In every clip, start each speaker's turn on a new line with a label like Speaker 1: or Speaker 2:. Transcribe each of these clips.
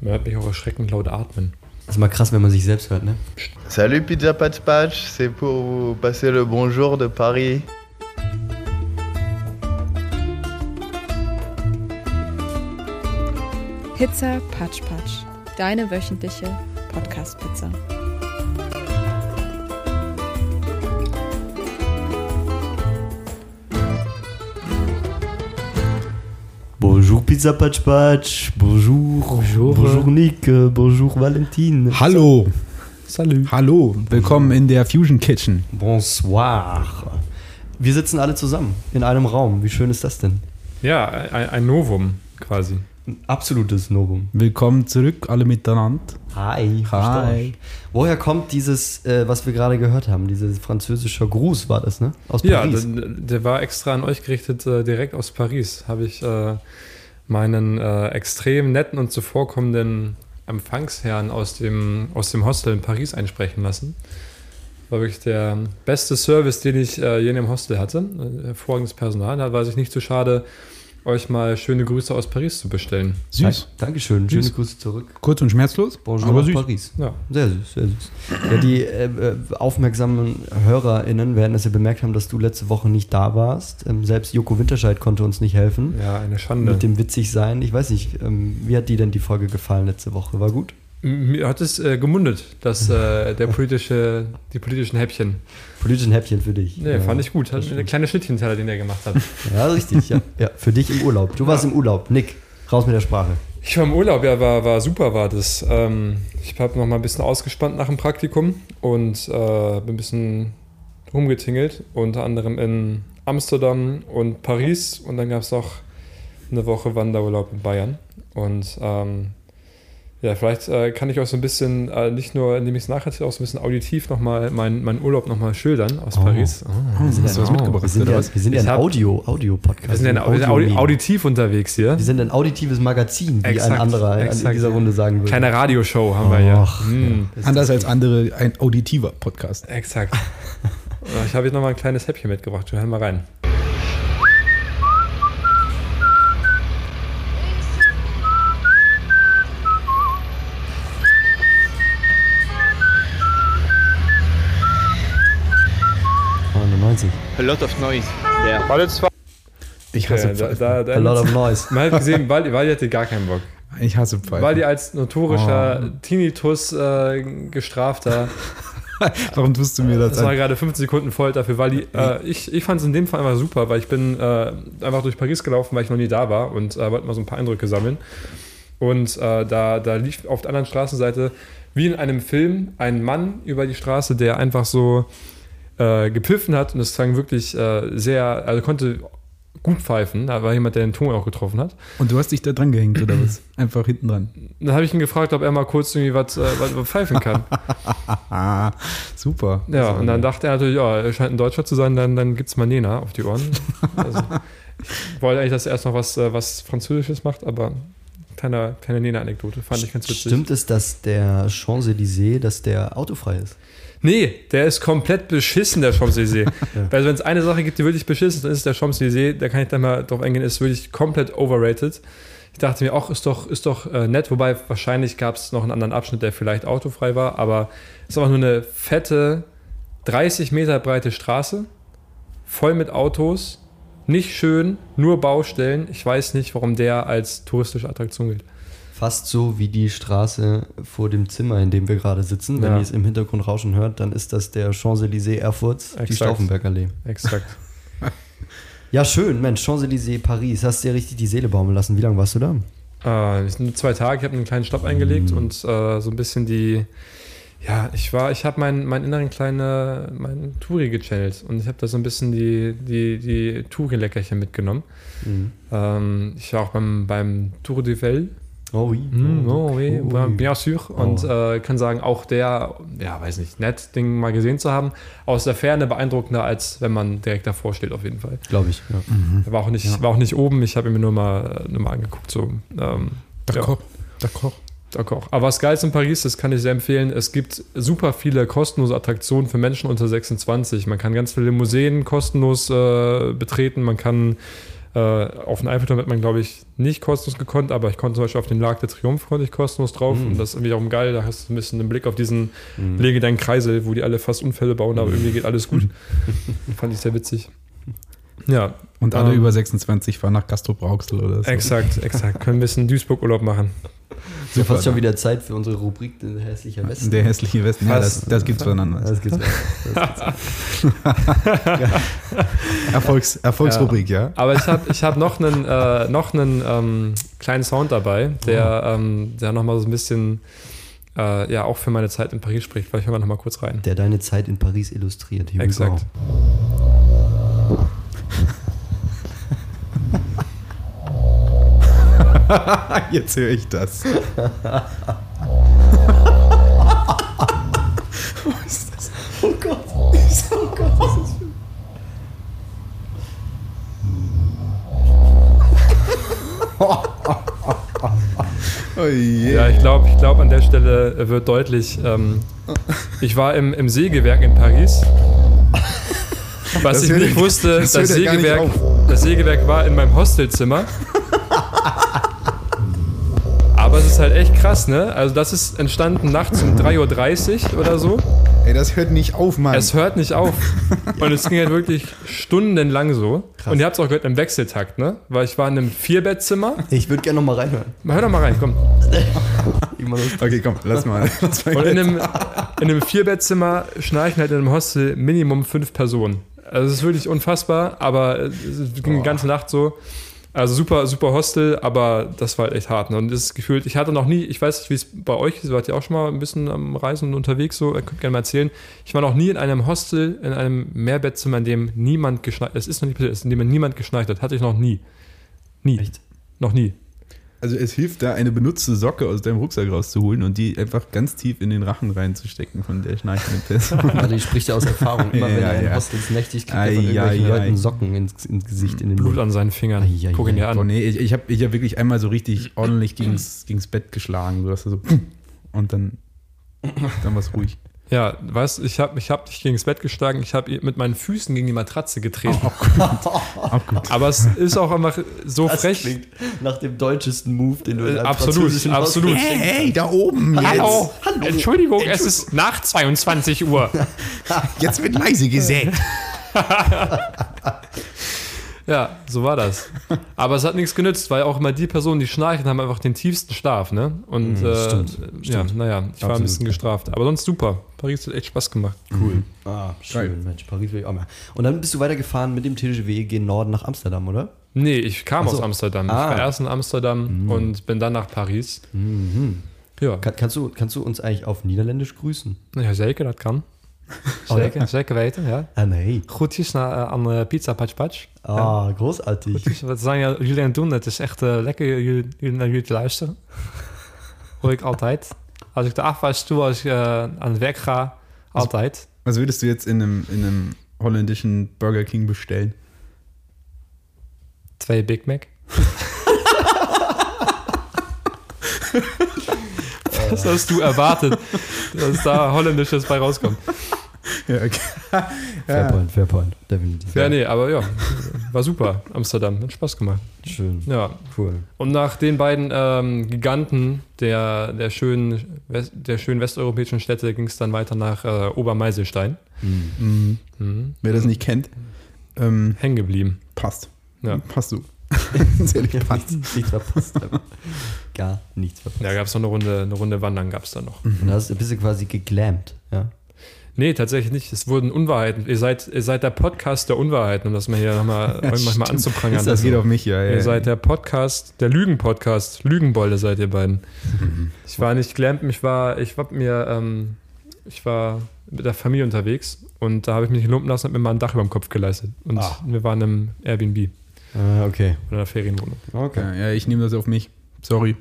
Speaker 1: Man hört mich auch erschreckend laut atmen.
Speaker 2: Das ist mal krass, wenn man sich selbst hört, ne?
Speaker 3: Salut Pizza Patch Patch, c'est pour vous passer le bonjour de Paris.
Speaker 4: Pizza Patch Patch, deine wöchentliche Podcast-Pizza.
Speaker 2: Bonjour Pizza Patch Patch, bonjour,
Speaker 1: Bonjour.
Speaker 2: Nick, äh, bonjour Valentine.
Speaker 5: Hallo,
Speaker 1: Salut.
Speaker 5: hallo, willkommen in der Fusion Kitchen.
Speaker 2: Bonsoir. Wir sitzen alle zusammen in einem Raum. Wie schön ist das denn?
Speaker 1: Ja, ein, ein Novum quasi.
Speaker 2: Ein absolutes Novum.
Speaker 5: Willkommen zurück, alle miteinander.
Speaker 2: Hi.
Speaker 5: Hi.
Speaker 2: Woher kommt dieses, äh, was wir gerade gehört haben? Dieses französische Gruß war das, ne? Aus
Speaker 1: Ja,
Speaker 2: Paris.
Speaker 1: der, der war extra an euch gerichtet, äh, direkt aus Paris. Habe ich äh, meinen äh, extrem netten und zuvorkommenden Empfangsherrn aus dem, aus dem Hostel in Paris einsprechen lassen. War wirklich der beste Service, den ich äh, je in dem Hostel hatte. Äh, Hervorragendes Personal. Da war sich nicht zu schade, euch mal schöne Grüße aus Paris zu bestellen.
Speaker 5: Süß.
Speaker 2: Dank- Dankeschön. Schöne
Speaker 5: Süß.
Speaker 2: Grüße zurück.
Speaker 5: Kurz und schmerzlos,
Speaker 2: Bonjour
Speaker 5: aber
Speaker 2: nach
Speaker 5: süß.
Speaker 2: Paris.
Speaker 1: Ja.
Speaker 2: Sehr süß, sehr süß. Ja, die äh, äh, aufmerksamen HörerInnen werden es ja bemerkt haben, dass du letzte Woche nicht da warst. Ähm, selbst Joko Winterscheid konnte uns nicht helfen.
Speaker 1: Ja, eine Schande.
Speaker 2: Mit dem witzig sein. Ich weiß nicht, ähm, wie hat dir denn die Folge gefallen letzte Woche? War gut?
Speaker 1: Mir hat es äh, gemundet, dass äh, der politische, die politischen Häppchen.
Speaker 2: Politisch ein Häppchen für dich.
Speaker 1: Nee,
Speaker 2: ja.
Speaker 1: fand ich gut. Hat eine kleine Schnittchenteller, den er gemacht hat.
Speaker 2: Ja, richtig. Ja. ja, für dich im Urlaub. Du warst im Urlaub. Nick, raus mit der Sprache.
Speaker 1: Ich war im Urlaub, ja, war, war super, war das. Ähm, ich habe noch mal ein bisschen ausgespannt nach dem Praktikum und äh, bin ein bisschen rumgetingelt, unter anderem in Amsterdam und Paris und dann gab es noch eine Woche Wanderurlaub in Bayern. Und ähm, ja, vielleicht äh, kann ich auch so ein bisschen, äh, nicht nur, indem ich es nacherzähle, auch so ein bisschen auditiv nochmal meinen meinen Urlaub nochmal schildern aus
Speaker 2: Oh.
Speaker 1: Paris. Oh,
Speaker 5: Hast du was mitgebracht,
Speaker 2: Wir sind
Speaker 5: oder
Speaker 2: ja,
Speaker 5: was?
Speaker 2: wir sind ja
Speaker 1: Ich
Speaker 2: ein
Speaker 1: hab-
Speaker 2: Audio- Audio-Podcast.
Speaker 1: Wir sind ja
Speaker 2: ein
Speaker 1: wir sind audi
Speaker 2: Audio-Medium.
Speaker 1: auditiv unterwegs hier.
Speaker 2: Wir sind ein auditives Magazin, wie ein
Speaker 1: Exakt,
Speaker 2: anderer in
Speaker 1: exakt.
Speaker 2: dieser Runde sagen würde.
Speaker 1: Kleine Radioshow haben wir hier.
Speaker 2: Och,
Speaker 1: Hm.
Speaker 5: Anders als andere, ein auditiver Podcast.
Speaker 1: Exakt. Äh, Ich habe jetzt nochmal ein kleines Häppchen mitgebracht. Wir hören mal rein.
Speaker 2: Oh, 99.
Speaker 3: A lot of noise. Yeah.
Speaker 5: Ich hasse
Speaker 1: Ja, da,
Speaker 5: Pfeifen.
Speaker 1: da,
Speaker 2: A lot
Speaker 1: da,
Speaker 2: of noise.
Speaker 1: man hat gesehen, Wally, Wally hatte gar keinen Bock.
Speaker 5: Ich hasse Pfeifen.
Speaker 1: Wally als
Speaker 2: Oh.
Speaker 1: notorischer äh, Tinnitus-Gestrafter.
Speaker 5: Warum tust du mir das
Speaker 1: das war
Speaker 5: an?
Speaker 1: gerade 15 Sekunden Folter für Wally. Äh, ich ich fand es in dem Fall einfach super, weil ich bin äh, einfach durch Paris gelaufen, weil ich noch nie da war und äh, wollte mal so ein paar Eindrücke sammeln. Und äh, da, da lief auf der anderen Straßenseite, wie in einem Film, ein Mann über die Straße, der einfach so äh, gepiffen hat und es klang wirklich äh, sehr, also konnte gut pfeifen. Da war jemand, der den Ton auch getroffen hat.
Speaker 5: Und du hast dich da dran gehängt, oder was? Einfach hinten dran.
Speaker 1: Dann habe ich ihn gefragt, ob er mal kurz irgendwie was, äh, was, was pfeifen kann.
Speaker 5: Ah, super.
Speaker 1: Ja, und dann dachte er natürlich, ja, er scheint ein Deutscher zu sein, dann, dann gibt's mal Nena auf die Ohren. also, ich wollte eigentlich, dass er erst noch was, äh, was Französisches macht, aber kleine, kleine Nena-Anekdote, fand ich ganz witzig.
Speaker 2: Stimmt es, dass der Champs-Élysées, dass der autofrei ist?
Speaker 1: Nee, der ist komplett beschissen, der Champs-Élysées. Weil wenn es eine Sache gibt, die wirklich beschissen ist, dann ist es der Champs-Élysées, da kann ich dann mal drauf eingehen, ist wirklich komplett overrated. Ich dachte mir auch, ist doch, ist doch äh, nett, wobei wahrscheinlich gab es noch einen anderen Abschnitt, der vielleicht autofrei war, aber es ist einfach nur eine fette, 30 Meter breite Straße, voll mit Autos, nicht schön, nur Baustellen. Ich weiß nicht, warum der als touristische Attraktion gilt.
Speaker 2: Fast so wie die Straße vor dem Zimmer, in dem wir gerade sitzen. Wenn
Speaker 1: Ja.
Speaker 2: ihr es im Hintergrund rauschen hört, dann ist das der Champs-Élysées Erfurts, die
Speaker 1: Exakt.
Speaker 2: Stauffenbergallee.
Speaker 1: Exakt.
Speaker 2: Ja, schön, Mensch, Champs-Élysées Paris. Hast dir richtig die Seele baumeln lassen. Wie lange warst du da?
Speaker 1: Äh, es sind zwei Tage, ich habe einen kleinen Stopp eingelegt
Speaker 2: Mhm.
Speaker 1: und äh, so ein bisschen die. Ja, ich war, ich habe meinen meinen inneren kleinen, meinen Touri gechannelt und ich habe da so ein bisschen die, die, die Touri-Leckerchen mitgenommen. Ähm, ich war auch beim, beim Tour du Vell.
Speaker 2: Oh,
Speaker 1: Mm, oh, oui,
Speaker 2: oh,
Speaker 1: bien-
Speaker 2: oui. Oh.
Speaker 1: bien sûr. Und äh, kann sagen, auch der, ja, weiß nicht, nett, Ding mal gesehen zu haben, aus der Ferne beeindruckender, als wenn man direkt davor steht, auf jeden Fall.
Speaker 2: Glaube ich. Mhm. Ja.
Speaker 1: Er War auch nicht, war auch nicht oben, ich habe ihn mir nur mal, nur mal angeguckt. So, ähm, ja.
Speaker 5: D'accord. D'accord.
Speaker 1: D'accord. Aber was geil ist in Paris, das kann ich sehr empfehlen. Es gibt super viele kostenlose Attraktionen für Menschen unter 26. Man kann ganz viele Museen kostenlos äh, betreten. Man kann Äh, auf den Eiffelturm hat man, glaube ich, nicht kostenlos gekonnt, aber ich konnte zum Beispiel auf den Lag der Triumph konnte ich kostenlos drauf. Und das ist wiederum geil, da hast du ein bisschen einen Blick auf diesen
Speaker 2: Hm. Mhm.
Speaker 1: legendären Kreisel, wo die alle fast Unfälle bauen, aber irgendwie geht alles gut. Fand ich sehr witzig. Ja,
Speaker 5: Und alle
Speaker 1: Ähm,
Speaker 5: über 26 fahren nach Castrop Rauxel oder so.
Speaker 1: exakt, exakt. Können ein bisschen Duisburg-Urlaub machen.
Speaker 2: So fast
Speaker 1: ne?
Speaker 2: schon
Speaker 5: dann.
Speaker 2: wieder Zeit für unsere Rubrik der hässlicher Westen.
Speaker 5: Der hässliche Westen. Ja, das,
Speaker 2: Fast.
Speaker 5: das gibt's von anders.
Speaker 2: das gibt's
Speaker 5: Erfolgs, Erfolgsrubrik, ja.
Speaker 1: Aber ich habe ich hab noch einen, äh, noch einen ähm, kleinen Sound dabei, der,
Speaker 5: Ah.
Speaker 1: ähm, der nochmal so ein bisschen äh, ja auch für meine Zeit in Paris spricht. Vielleicht hören wir nochmal kurz rein.
Speaker 2: der deine Zeit in Paris illustriert. Here we
Speaker 1: Exakt.
Speaker 2: go.
Speaker 5: Jetzt höre ich das.
Speaker 2: Oh Gott, oh Gott, was ist für
Speaker 5: Oh je.
Speaker 1: Ja, ich glaube, ich glaub, an der Stelle äh, wird deutlich, ähm, ich war im, im Sägewerk in Paris. Was
Speaker 5: Das
Speaker 1: ich
Speaker 5: hört
Speaker 1: nicht
Speaker 5: ja-
Speaker 1: wusste, das,
Speaker 5: das hört ja gar nicht
Speaker 1: Sägewerk, das Sägewerk war in meinem Hostelzimmer. Aber es ist halt echt krass, ne? Also das ist entstanden nachts um 3.30 Uhr oder so.
Speaker 5: Ey, das hört nicht auf, Mann.
Speaker 1: Es hört nicht auf. Und es ging halt wirklich stundenlang so. Und ihr habt es auch gehört im Wechseltakt, ne? Weil ich war in einem Vierbettzimmer.
Speaker 2: Ich würde gerne nochmal reinhören.
Speaker 1: Mal, Hör doch mal rein, komm.
Speaker 2: Immer Lust.
Speaker 5: okay, komm, lass mal. Lass mal
Speaker 1: Und in einem, in einem Vierbettzimmer schnarchen halt in einem Hostel Minimum fünf Personen. Also es ist wirklich unfassbar, aber es ging die ganze Nacht so. Also super, super Hostel, aber das war halt echt hart. Ne? Und das ist gefühlt, ich hatte noch nie, ich weiß nicht, wie es bei euch ist, ihr wart ja auch schon mal ein bisschen am Reisen und unterwegs, so, ihr könnt gerne mal erzählen. Ich war noch nie in einem Hostel, in einem Mehrbettzimmer, in dem niemand geschneit es ist noch nicht passiert, in dem niemand geschneit hat. Hatte ich noch nie. Nie.
Speaker 2: Echt?
Speaker 1: Noch nie.
Speaker 5: Also es hilft da, eine benutzte Socke aus deinem Rucksack rauszuholen und die einfach ganz tief in den Rachen reinzustecken von der schnarchenden Person.
Speaker 2: Also ich spricht ja aus Erfahrung. Immer wenn
Speaker 5: Ja,
Speaker 2: er in
Speaker 5: ja.
Speaker 2: Hostels nächtig kriegt,
Speaker 5: Ei,
Speaker 2: er von irgendwelchen
Speaker 5: ei, ei.
Speaker 2: Leuten Socken ins, ins Gesicht, in den
Speaker 1: Blut
Speaker 2: Mund.
Speaker 1: an seinen Fingern.
Speaker 2: Ei, ei,
Speaker 1: Guck ihn dir
Speaker 2: ei.
Speaker 5: Boah,
Speaker 1: an.
Speaker 5: nee, ich, ich habe ich hab wirklich einmal so richtig ordentlich gegens, gegens Bett geschlagen, sodass er so und dann, dann war es ruhig.
Speaker 1: Ja, weißt du, ich habe ich hab dich gegen das Bett geschlagen, ich habe mit meinen Füßen gegen die Matratze getreten.
Speaker 5: Auch gut.
Speaker 1: Aber es ist auch einfach so
Speaker 2: Das
Speaker 1: frech.
Speaker 2: klingt nach dem deutschesten Move, den du in
Speaker 1: Äh,
Speaker 2: einem
Speaker 1: absolut,
Speaker 2: französischen
Speaker 1: absolut.
Speaker 2: Hostel
Speaker 5: Hey, hey, da oben jetzt.
Speaker 1: Hallo. Entschuldigung, es ist nach 22 Uhr.
Speaker 5: Jetzt wird leise gesät.
Speaker 1: Ja, so war das. Aber es hat nichts genützt, weil auch immer die Personen, die schnarchen, haben einfach den tiefsten Schlaf, ne? Und äh,
Speaker 2: Mhm, stimmt,
Speaker 1: ja, naja, ich war ein bisschen gestraft. Aber sonst super. Paris hat echt Spaß gemacht.
Speaker 2: Cool. Ah, schön, Mensch, Paris will ich auch mal. Und dann bist du weitergefahren mit dem TGW gen Norden nach Amsterdam, oder?
Speaker 1: Nee, ich kam
Speaker 2: Ach so.
Speaker 1: aus Amsterdam.
Speaker 2: Ah. Mhm.
Speaker 1: Ich war erst in Amsterdam und bin dann nach Paris. Ja,
Speaker 2: Kann, kannst, du, kannst du uns eigentlich auf Niederländisch grüßen?
Speaker 1: ja, zeker, das kann.
Speaker 2: ja?
Speaker 1: Zeker, zeker weten, ja.
Speaker 2: Ah, nee.
Speaker 1: Groetjes naar, eh, aan eh, Pizza Patch Patch.
Speaker 2: Ah, großartig.
Speaker 1: Groetjes, wat zijn jou- jullie aan het doen? Het is echt eh, lekker jullie, jullie- naar jullie te luisteren. Hoor ik altijd. Als ik de afwas doe, als ik eh, aan het werk ga, altijd.
Speaker 5: Was würdest du jetzt in einem, in einem holländischen Burger King bestellen?
Speaker 1: Twee Big Mac. Was hast du erwartet, dass da Holländisches bei rauskommt?
Speaker 5: Ja, okay.
Speaker 2: Fair point, fair point. Definitiv.
Speaker 1: Ja, nee, aber ja, war super. Amsterdam, hat Spaß gemacht.
Speaker 2: Schön,
Speaker 1: Ja,
Speaker 2: cool.
Speaker 1: Und nach den beiden ähm, Giganten der, der, schönen, West, der schönen westeuropäischen Städte ging es dann weiter nach äh, Obermeiselstein.
Speaker 5: Mhm.
Speaker 1: Mhm.
Speaker 5: Wer das nicht kennt, ähm,
Speaker 1: Hängen geblieben.
Speaker 5: passt.
Speaker 1: Ja.
Speaker 5: Passt du.
Speaker 2: Ja, Hm. nichts, nichts verpasst. einfach. Gar nichts verpasst.
Speaker 1: Da gab es noch eine Runde, eine Runde Wandern gab es da
Speaker 5: Mhm.
Speaker 1: noch.
Speaker 2: Und da hast du- bist du quasi geglammt, ja?
Speaker 1: Nee, tatsächlich nicht. Es wurden Unwahrheiten. Ihr seid, ihr seid der Podcast der Unwahrheiten, um das mal hier nochmal ja, mal anzuprangern. Also,
Speaker 5: Ist das geht auf mich, ja. ja.
Speaker 1: Ihr seid der Podcast, der Lügen-Podcast. Lügenbolde seid ihr beiden.
Speaker 5: Mhm.
Speaker 1: Ich war nicht glampen, ich war, ich hab mir, ähm, ich war mit der Familie unterwegs und da habe ich mich nicht lumpen lassen und hab mir mal ein Dach über dem Kopf geleistet. Und
Speaker 2: Ah.
Speaker 1: wir waren im Airbnb
Speaker 5: Äh,
Speaker 2: Ah, okay.
Speaker 1: oder einer Ferienwohnung.
Speaker 2: Okay.
Speaker 5: ja, ja, ich nehme das auf mich. Sorry.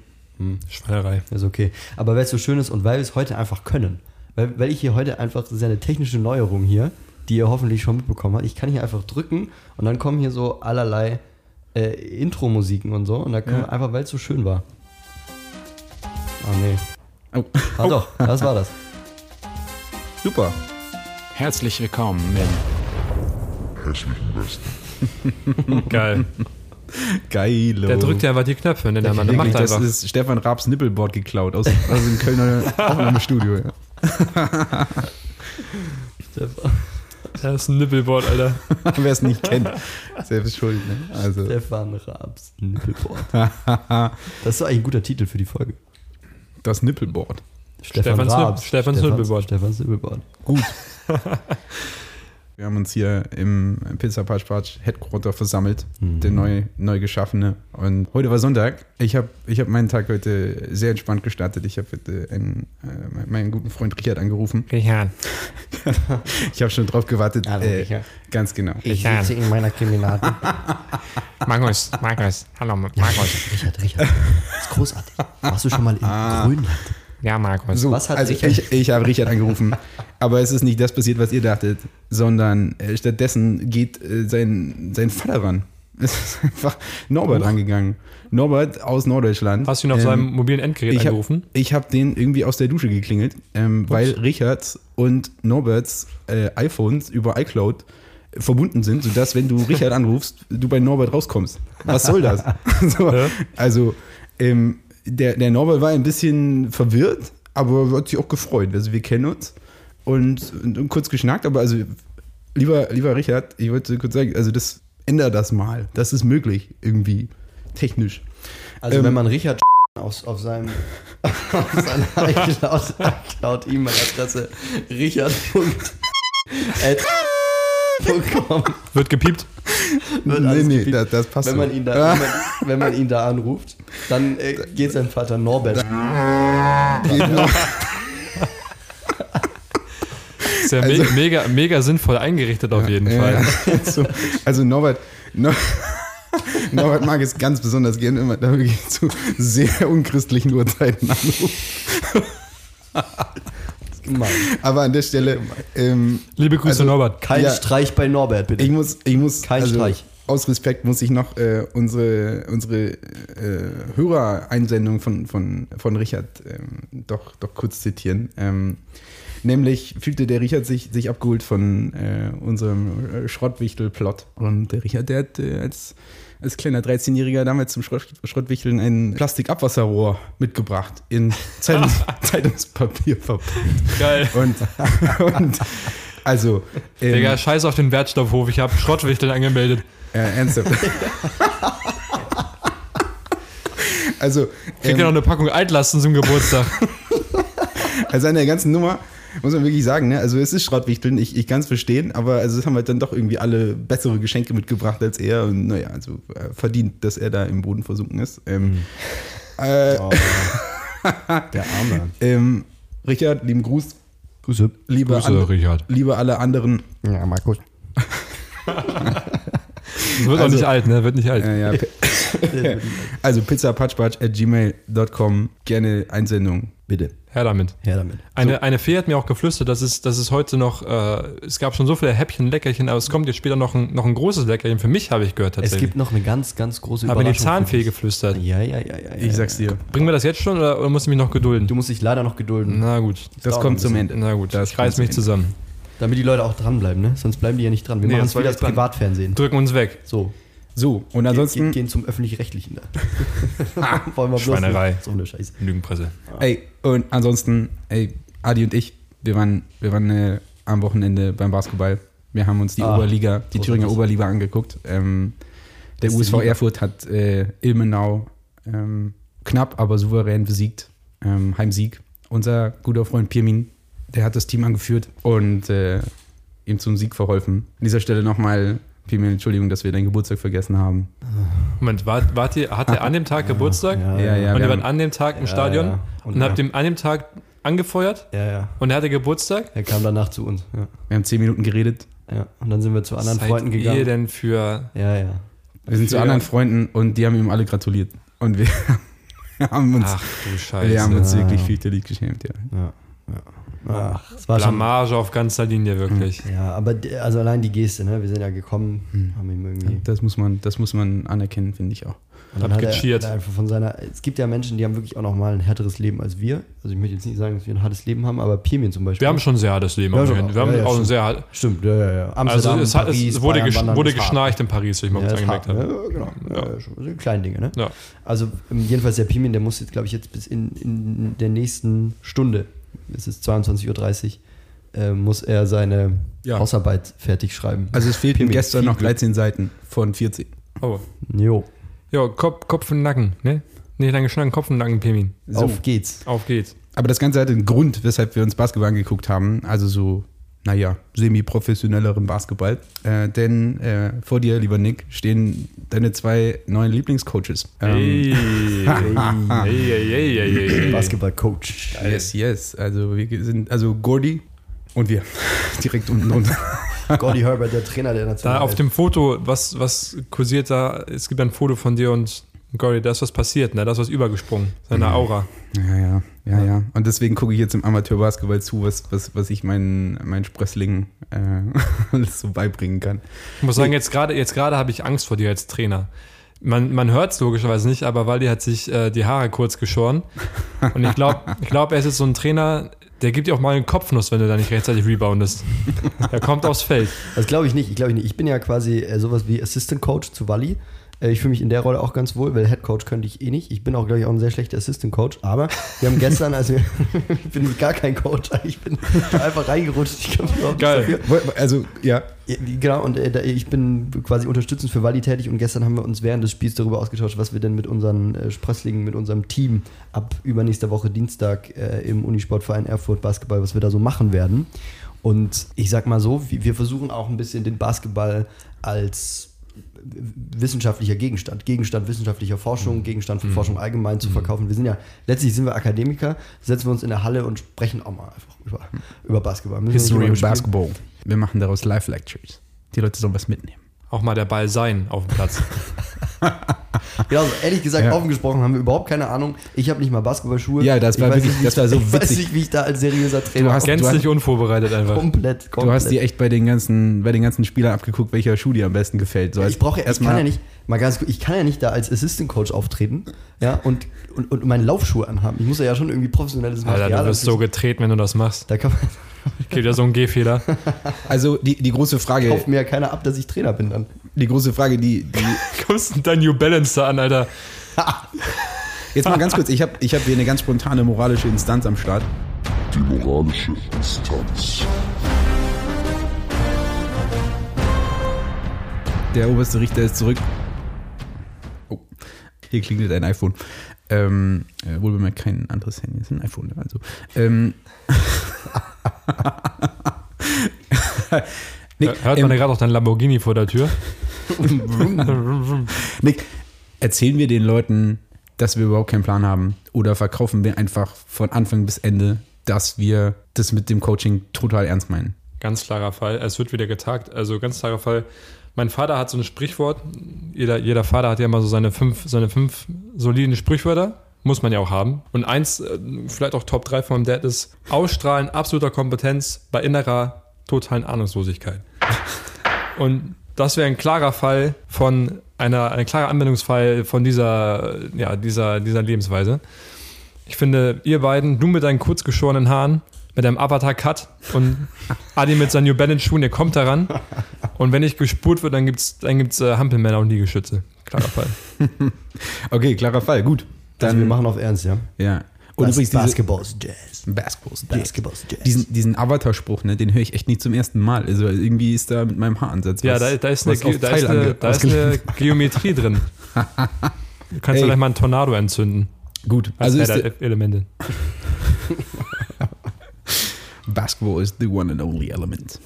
Speaker 1: Schweinerei.
Speaker 2: Ist okay. Aber weil es so schön ist und weil wir es heute einfach können, weil, weil ich hier heute einfach, das ist ja eine technische Neuerung hier, die ihr hoffentlich schon mitbekommen habt. Ich kann hier einfach drücken und dann kommen hier so allerlei äh, Intro-Musiken und so und da können wir einfach, weil es so schön war. Ah, nee.
Speaker 5: Oh.
Speaker 2: Ah, doch, das war das.
Speaker 5: Super.
Speaker 6: Herzlich willkommen im
Speaker 1: Geil.
Speaker 5: Geil.
Speaker 1: Der drückt ja einfach die Knöpfe, ne, der Mann. Der
Speaker 5: Wirklich,
Speaker 1: macht
Speaker 5: das
Speaker 1: einfach.
Speaker 5: ist Stefan Raabs Nippelboard geklaut aus, aus dem Kölner Aufnahmestudio. Ja.
Speaker 2: Stefan,
Speaker 1: Das ist ein Nippelboard, Alter.
Speaker 5: Wer es nicht kennt, selbst schuld. Ne? Also,
Speaker 2: Stefan Raabs Nippelboard. Das ist doch eigentlich ein guter Titel für die Folge.
Speaker 5: das Nippelboard.
Speaker 1: Stefans Nipp- Stefans Nippelboard.
Speaker 2: Stefans Nippelboard.
Speaker 5: Gut. Wir haben uns hier im Pizza Patsch Patsch Headquarter versammelt, der
Speaker 2: Mhm.
Speaker 5: neu, neu geschaffene. Und heute war Sonntag. Ich habe ich hab meinen Tag heute sehr entspannt gestartet. Ich habe heute einen, äh, meinen- meinen guten Freund Richard angerufen.
Speaker 1: Richard.
Speaker 5: Ich habe schon drauf gewartet.
Speaker 2: Hallo,
Speaker 5: äh,
Speaker 2: Richard.
Speaker 5: ganz genau.
Speaker 2: Ich sitze in meiner Kriminalität.
Speaker 1: Markus, Markus. Hallo, Markus.
Speaker 2: Richard, Richard. Das ist großartig. Warst du schon mal in Grönland?
Speaker 1: Ja, Markus.
Speaker 5: So,
Speaker 2: Was hat
Speaker 5: also
Speaker 2: Richard-
Speaker 5: ich, ich habe Richard angerufen, aber es ist nicht das passiert, was ihr dachtet, sondern äh, stattdessen geht äh, sein, sein Vater ran. Es ist einfach Norbert rangegangen. Norbert aus Norddeutschland.
Speaker 1: Hast du ihn auf
Speaker 5: Ähm,
Speaker 1: seinem mobilen Endgerät
Speaker 5: ich hab-
Speaker 1: angerufen?
Speaker 5: Ich habe den irgendwie aus der Dusche geklingelt, ähm, weil Richards und Norberts äh, iPhones über iCloud verbunden sind, sodass, wenn du Richard anrufst, du bei Norbert rauskommst. Was soll das? so,
Speaker 1: Ja.
Speaker 5: also, ähm, der, der Norbert war ein bisschen verwirrt, aber hat sich auch gefreut. Also, wir kennen uns und, und, und kurz geschnackt, aber also, lieber, lieber Richard, ich wollte kurz sagen, also, das ändert das mal. Das ist möglich, irgendwie, technisch.
Speaker 2: Also
Speaker 5: Ähm,
Speaker 2: wenn man Richard aus, auf seinem auf seiner iCloud, iCloud E-Mail-Adresse richard. at .com
Speaker 1: Wird gepiept.
Speaker 2: wird
Speaker 5: Nee,
Speaker 2: alles
Speaker 5: nee,
Speaker 2: gepiept.
Speaker 5: das- das passt
Speaker 2: wenn
Speaker 5: so.
Speaker 2: man ihn da, wenn, man, wenn man ihn da anruft, dann äh, geht sein Vater Norbert.
Speaker 1: Ist ja me mega, mega sinnvoll eingerichtet auf jeden
Speaker 5: Also- Ja,
Speaker 1: Fall.
Speaker 5: ja. Äh, so, also Norbert, Nor Norbert mag es ganz besonders gern, immer da wirklich zu sehr unchristlichen Uhrzeiten anruft.
Speaker 2: Mann,
Speaker 5: Aber an der Stelle, ähm,
Speaker 1: Liebe Grüße,
Speaker 5: Also,
Speaker 1: Norbert.
Speaker 2: kein
Speaker 5: Ja.
Speaker 2: Streich bei Norbert, bitte.
Speaker 5: ich muss, ich muss also
Speaker 2: Kein Streich.
Speaker 5: aus Respekt muss ich noch äh, unsere, unsere äh, Hörereinsendung von, von, von Richard ähm, doch, doch kurz zitieren. Ähm, Nämlich fühlte der Richard sich, sich abgeholt von äh, unserem äh, Schrottwichtel-Plot. Und der Richard, der hat äh, als, als kleiner 13-Jähriger damals zum Schrott, Schrottwichteln ein Plastikabwasserrohr mitgebracht, in Zeitungs Zeitungspapier verpackt.
Speaker 1: Geil.
Speaker 5: Und, und also, ähm,
Speaker 1: Digga, scheiß auf den Wertstoffhof. Ich habe Schrottwichteln angemeldet.
Speaker 5: äh, ernsthaft. also,
Speaker 1: Kriegt ihr noch eine Packung Altlasten zum Geburtstag?
Speaker 5: Also an der ganzen Nummer muss man wirklich sagen, ne? also es ist Schrottwichteln, ich, ich kann es verstehen, aber also es haben halt dann doch irgendwie alle bessere Geschenke mitgebracht als er und naja, also äh, verdient, dass er da im Boden versunken ist. Ähm, äh,
Speaker 2: Hm. Oh, der Arme.
Speaker 5: ähm, Richard, lieben Gruß,
Speaker 2: Grüße.
Speaker 5: liebe, an,
Speaker 1: Richard.
Speaker 5: liebe alle anderen.
Speaker 2: Ja, Markus.
Speaker 1: Wird auch
Speaker 5: Also-
Speaker 1: nicht alt, ne? Wird nicht alt.
Speaker 5: Äh, ja, also pizzapatschpatsch at gmail.com, gerne Einsendung.
Speaker 2: Bitte,
Speaker 1: Her damit.
Speaker 2: her damit.
Speaker 1: Eine, eine Fee hat mir auch geflüstert, dass es, dass es heute noch, äh, es gab schon so viele Häppchen, Leckerchen, aber es kommt jetzt später noch ein, noch ein großes Leckerchen. Für mich habe ich gehört
Speaker 2: Es
Speaker 1: tatsächlich.
Speaker 2: gibt noch eine ganz, ganz große
Speaker 1: Habe mir die
Speaker 2: Überraschung für
Speaker 1: Zahnfee
Speaker 2: dich.
Speaker 1: geflüstert.
Speaker 2: Ja, ja, ja, ja. ja,
Speaker 5: Ich sag's dir,
Speaker 1: Bringen wir das jetzt schon oder, oder muss ich mich noch gedulden?
Speaker 2: Du musst dich leider noch gedulden,
Speaker 1: Na gut.
Speaker 5: das
Speaker 2: dauert
Speaker 5: kommt
Speaker 2: ein
Speaker 5: zum Ende.
Speaker 1: Na gut,
Speaker 5: Das
Speaker 1: ich reiß
Speaker 5: kommt
Speaker 1: mich
Speaker 5: so hin.
Speaker 1: zusammen.
Speaker 2: damit die Leute auch dranbleiben, ne? Sonst bleiben die ja nicht dran. Wir
Speaker 1: Nee,
Speaker 2: machen
Speaker 1: das
Speaker 2: es
Speaker 1: war
Speaker 2: wie das
Speaker 1: jetzt dran.
Speaker 2: Privatfernsehen.
Speaker 1: Drücken uns weg.
Speaker 2: So,
Speaker 5: So, und
Speaker 2: Ge
Speaker 5: ansonsten,
Speaker 2: gehen zum Öffentlich-Rechtlichen da. Wollen wir bloß
Speaker 1: Schweinerei.
Speaker 2: nicht. So eine Scheiße.
Speaker 1: Lügenpresse.
Speaker 5: ey, und ansonsten, ey, Adi und ich, wir waren, wir waren äh, am Wochenende beim Basketball. Wir haben uns die
Speaker 2: Ah,
Speaker 5: Oberliga, die
Speaker 2: großartig.
Speaker 5: Thüringer Oberliga angeguckt. Ähm, der
Speaker 2: Ist die
Speaker 5: USV
Speaker 2: Liga.
Speaker 5: Erfurt hat äh, Ilmenau ähm, knapp, aber souverän besiegt. Ähm, Heimsieg. Unser guter Freund Pirmin, der hat das Team angeführt und äh, ihm zum Sieg verholfen. An dieser Stelle nochmal, Pirmin, Entschuldigung, dass wir deinen Geburtstag vergessen haben.
Speaker 1: Moment, wart, wart ihr, hat er an dem Tag Geburtstag?
Speaker 2: Ja,
Speaker 5: Ja,
Speaker 2: ja,
Speaker 5: ja.
Speaker 2: ja.
Speaker 1: und ihr
Speaker 5: wir
Speaker 1: wart
Speaker 5: haben-
Speaker 1: an dem Tag im
Speaker 2: Ja,
Speaker 1: Stadion
Speaker 2: ja.
Speaker 1: und,
Speaker 2: Und
Speaker 1: habt
Speaker 2: ja.
Speaker 1: ihm an dem Tag angefeuert
Speaker 2: ja,
Speaker 1: und er hatte Geburtstag?
Speaker 2: Er kam danach zu uns. Ja.
Speaker 5: Wir haben zehn Minuten geredet.
Speaker 2: ja. Und dann sind wir zu anderen
Speaker 1: Seid
Speaker 2: Freunden gegangen.
Speaker 1: ihr denn für...
Speaker 2: Ja, ja.
Speaker 5: Wir sind zu
Speaker 1: Ja.
Speaker 5: anderen Freunden und die haben ihm alle gratuliert. Und wir haben uns,
Speaker 1: Ach du
Speaker 2: Ah,
Speaker 1: Scheiße.
Speaker 5: wir haben uns
Speaker 2: Ja.
Speaker 5: wirklich fürchterlich geschämt, ja.
Speaker 2: ja. ja. Ach, es war schon.
Speaker 1: Blamage auf ganzer Linie, wirklich.
Speaker 2: Ja, aber de-
Speaker 5: Hm.
Speaker 2: also allein die Geste, ne? Wir sind ja gekommen, haben ihm irgendwie.
Speaker 5: Das muss man, das muss man anerkennen, finde ich auch.
Speaker 2: Und
Speaker 1: Hab
Speaker 2: er-
Speaker 1: gecheert.
Speaker 2: hat er einfach von seiner. Es gibt ja Menschen, die haben wirklich auch nochmal ein härteres Leben als wir. Also ich möchte jetzt nicht sagen, dass wir ein hartes Leben haben, aber Pirmin zum Beispiel.
Speaker 1: Wir haben schon ein sehr hartes Leben.
Speaker 2: Ja,
Speaker 1: am
Speaker 2: schon.
Speaker 1: Ende. wir
Speaker 2: Ja,
Speaker 1: haben
Speaker 2: ja,
Speaker 1: auch ein
Speaker 2: schon.
Speaker 1: sehr hart.
Speaker 2: Stimmt, ja, ja, ja.
Speaker 1: Also es, hat, es wurde,
Speaker 2: Bayern,
Speaker 1: gesch
Speaker 2: Wandern
Speaker 1: wurde
Speaker 2: ist hart.
Speaker 1: geschnarcht in Paris, will ich mal
Speaker 2: Ja,
Speaker 1: kurz
Speaker 2: ist hart,
Speaker 1: eingelegt
Speaker 2: ne?
Speaker 1: haben.
Speaker 2: ja, genau.
Speaker 1: Ja.
Speaker 2: Ja. Ja, schon so kleine Dinge, ne?
Speaker 1: Ja.
Speaker 2: Also ähm, jedenfalls der Pimin, der muss jetzt, glaube ich, jetzt bis in, in der nächsten Stunde, es ist 22.30 Uhr, äh, muss er seine
Speaker 5: Ja.
Speaker 2: Hausarbeit fertig schreiben.
Speaker 5: Also es fehlten
Speaker 2: Pimmel.
Speaker 5: gestern noch
Speaker 2: Viel Glück.
Speaker 5: 13 Seiten von 14.
Speaker 1: Oh.
Speaker 2: Jo,
Speaker 1: Jo, Kopf, Kopf und Nacken, ne? Nicht lange schnacken, Kopf und Nacken, Pemin.
Speaker 5: So.
Speaker 2: auf geht's.
Speaker 1: Auf geht's.
Speaker 5: Aber das Ganze hatte einen Grund, weshalb wir uns Basketball angeguckt haben. Also so, naja, semi-professionelleren Basketball. Äh, denn äh, vor dir, lieber Nick, stehen deine zwei neuen Lieblingscoaches. Ähm,
Speaker 1: Ey, ey, ey, ey, ey, ey.
Speaker 2: Basketball-Coach.
Speaker 5: Yes, yes. Also wir sind, also Gordy und wir. Direkt unten drunter.
Speaker 2: Gordy Herbert, der Trainer der Nation.
Speaker 1: Da auf dem Foto, was, was kursiert da? Es gibt ein Foto von dir und Gory, da ist was passiert, ne? Da ist was übergesprungen.
Speaker 2: Mhm.
Speaker 1: Seine Aura.
Speaker 5: Ja, ja, ja, ja. Und deswegen gucke ich jetzt im Amateurbasketball zu, was, was, was ich meinen, meinen Sprösslingen äh, alles so beibringen kann.
Speaker 1: Ich muss sagen, jetzt gerade jetzt gerade habe ich Angst vor dir als Trainer. Man, man hört es logischerweise nicht, aber Waldi hat sich äh, die Haare kurz geschoren. Und ich glaube, ich glaub, er ist jetzt so ein Trainer, der gibt dir auch mal einen Kopfnuss, wenn du da nicht rechtzeitig reboundest. Er kommt aufs Feld.
Speaker 2: Das glaube ich nicht. Ich glaube nicht. Ich bin ja quasi äh, sowas wie Assistant Coach zu Wally. Äh, ich fühle mich in der Rolle auch ganz wohl, weil Head Coach könnte ich eh nicht. Ich bin auch, glaube ich, auch ein sehr schlechter Assistant Coach. Aber wir haben gestern, also ich bin gar kein Coach, ich bin einfach reingerutscht. Ich kann überhaupt
Speaker 1: Geil.
Speaker 2: nichts dafür.
Speaker 5: Also, ja.
Speaker 2: Ja, Genau, und äh, da- ich bin quasi unterstützend für Wally tätig und gestern haben wir uns während des Spiels darüber ausgetauscht, was wir denn mit unseren äh, Sprösslingen, mit unserem Team ab übernächster Woche Dienstag äh, im Unisportverein Erfurt Basketball, was wir da so machen werden. Und ich sag mal so, wir wir versuchen auch ein bisschen den Basketball als wissenschaftlicher Gegenstand, Gegenstand wissenschaftlicher
Speaker 5: Mhm.
Speaker 2: Forschung, Gegenstand von Forschung allgemein zu verkaufen. Wir sind ja, letztlich sind wir Akademiker, setzen wir uns in der Halle und sprechen auch mal einfach über, über Basketball. Müssen wir nicht
Speaker 5: Mhm. History
Speaker 2: immer
Speaker 5: of
Speaker 2: spielen.
Speaker 5: Basketball. Wir machen daraus Live-Lectures. Die Leute sollen was mitnehmen.
Speaker 1: Auch mal der Ball sein auf dem Platz.
Speaker 2: Ja, also ehrlich gesagt,
Speaker 5: Ja.
Speaker 2: offen gesprochen haben wir überhaupt keine Ahnung. Ich habe nicht mal Basketballschuhe.
Speaker 5: Ja, das war
Speaker 2: ich weiß
Speaker 5: wirklich-
Speaker 2: nicht, wie
Speaker 5: das
Speaker 2: ich-
Speaker 5: war so
Speaker 2: Ich weiß
Speaker 5: witzig.
Speaker 2: nicht, wie ich da als seriöser Trainer
Speaker 5: Du hast-
Speaker 1: Gänzlich unvorbereitet einfach.
Speaker 2: komplett, komplett.
Speaker 5: Du hast dir echt bei den ganzen, bei den ganzen Spielern abgeguckt, welcher Schuh dir am besten gefällt. So als
Speaker 2: ich brauche ja, ich
Speaker 5: erstmal-
Speaker 2: kann ja nicht, mal ganz kurz, ich kann ja nicht da als Assistant Coach auftreten, ja, und, und, und meine Laufschuhe anhaben. Ich muss ja schon irgendwie professionelles
Speaker 1: Alter,
Speaker 2: Material
Speaker 1: du wirst so
Speaker 2: anziehen.
Speaker 1: getreten, wenn du das machst.
Speaker 2: Da kann man,
Speaker 1: Gibt ja so einen Gehfehler.
Speaker 5: Also die, die große Frage,
Speaker 2: kauft mir ja keiner ab, dass ich Trainer bin dann. Also
Speaker 5: die große Frage, die, die
Speaker 1: Kommst du dein New Balance da an, Alter?
Speaker 5: jetzt mal ganz kurz, ich habe ich hab hier eine ganz spontane moralische Instanz am Start.
Speaker 6: Die moralische Instanz.
Speaker 5: Der oberste Richter ist zurück. Oh, hier klingelt ein iPhone. Ähm, äh, wohl bemerkt kein anderes Handy, ist ein iPhone. Also, ähm, Nick,
Speaker 1: Hört man da gerade auch dein Lamborghini vor der Tür?
Speaker 5: Nick, erzählen wir den Leuten, dass wir überhaupt keinen Plan haben? Oder verkaufen wir einfach von Anfang bis Ende, dass wir das mit dem Coaching total ernst meinen?
Speaker 1: Ganz klarer Fall. Es wird wieder getagt. Also ganz klarer Fall. Mein Vater hat so ein Sprichwort. Jeder, jeder Vater hat ja immer so seine fünf, seine fünf soliden Sprichwörter. Muss man ja auch haben. Und eins, äh, vielleicht auch Top 3 von meinem Dad ist Ausstrahlen absoluter Kompetenz bei innerer totalen Ahnungslosigkeit. Und das wäre ein klarer Fall von einer, ein klarer Anwendungsfall von dieser, äh, ja, dieser, dieser Lebensweise. Ich finde, ihr beiden, du mit deinen kurzgeschorenen Haaren, mit deinem Avatar-Cut und Adi mit seinen New Balance-Schuhen, ihr kommt daran. Und wenn nicht gespurt wird, dann gibt es dann gibt's, äh, Hampelmänner und Liegestütze. Klarer Fall.
Speaker 5: Okay, klarer Fall, gut.
Speaker 2: Dann, also wir machen auf Ernst, ja.
Speaker 5: ja. Und
Speaker 2: Bas-
Speaker 5: übrigens diese,
Speaker 2: Basketball ist Jazz.
Speaker 5: Basketball. ist Jazz.
Speaker 2: Basketball ist Jazz.
Speaker 5: Diesen, diesen Avatar-Spruch, ne, den höre ich echt nicht zum ersten Mal. Also irgendwie ist da mit meinem Haaransatz
Speaker 1: Ja,
Speaker 5: was-
Speaker 1: da, da, ist eine,
Speaker 5: was auf
Speaker 1: Ge- da,
Speaker 5: Teil
Speaker 1: ist eine,
Speaker 5: ange-
Speaker 1: da ist eine
Speaker 5: ausgelegt.
Speaker 1: Geometrie drin. Du kannst
Speaker 5: Ey.
Speaker 1: vielleicht mal einen Tornado entzünden.
Speaker 5: Gut,
Speaker 1: Als
Speaker 5: also ist
Speaker 1: also
Speaker 5: der,
Speaker 1: Elemente.
Speaker 5: Basketball is the one and only element.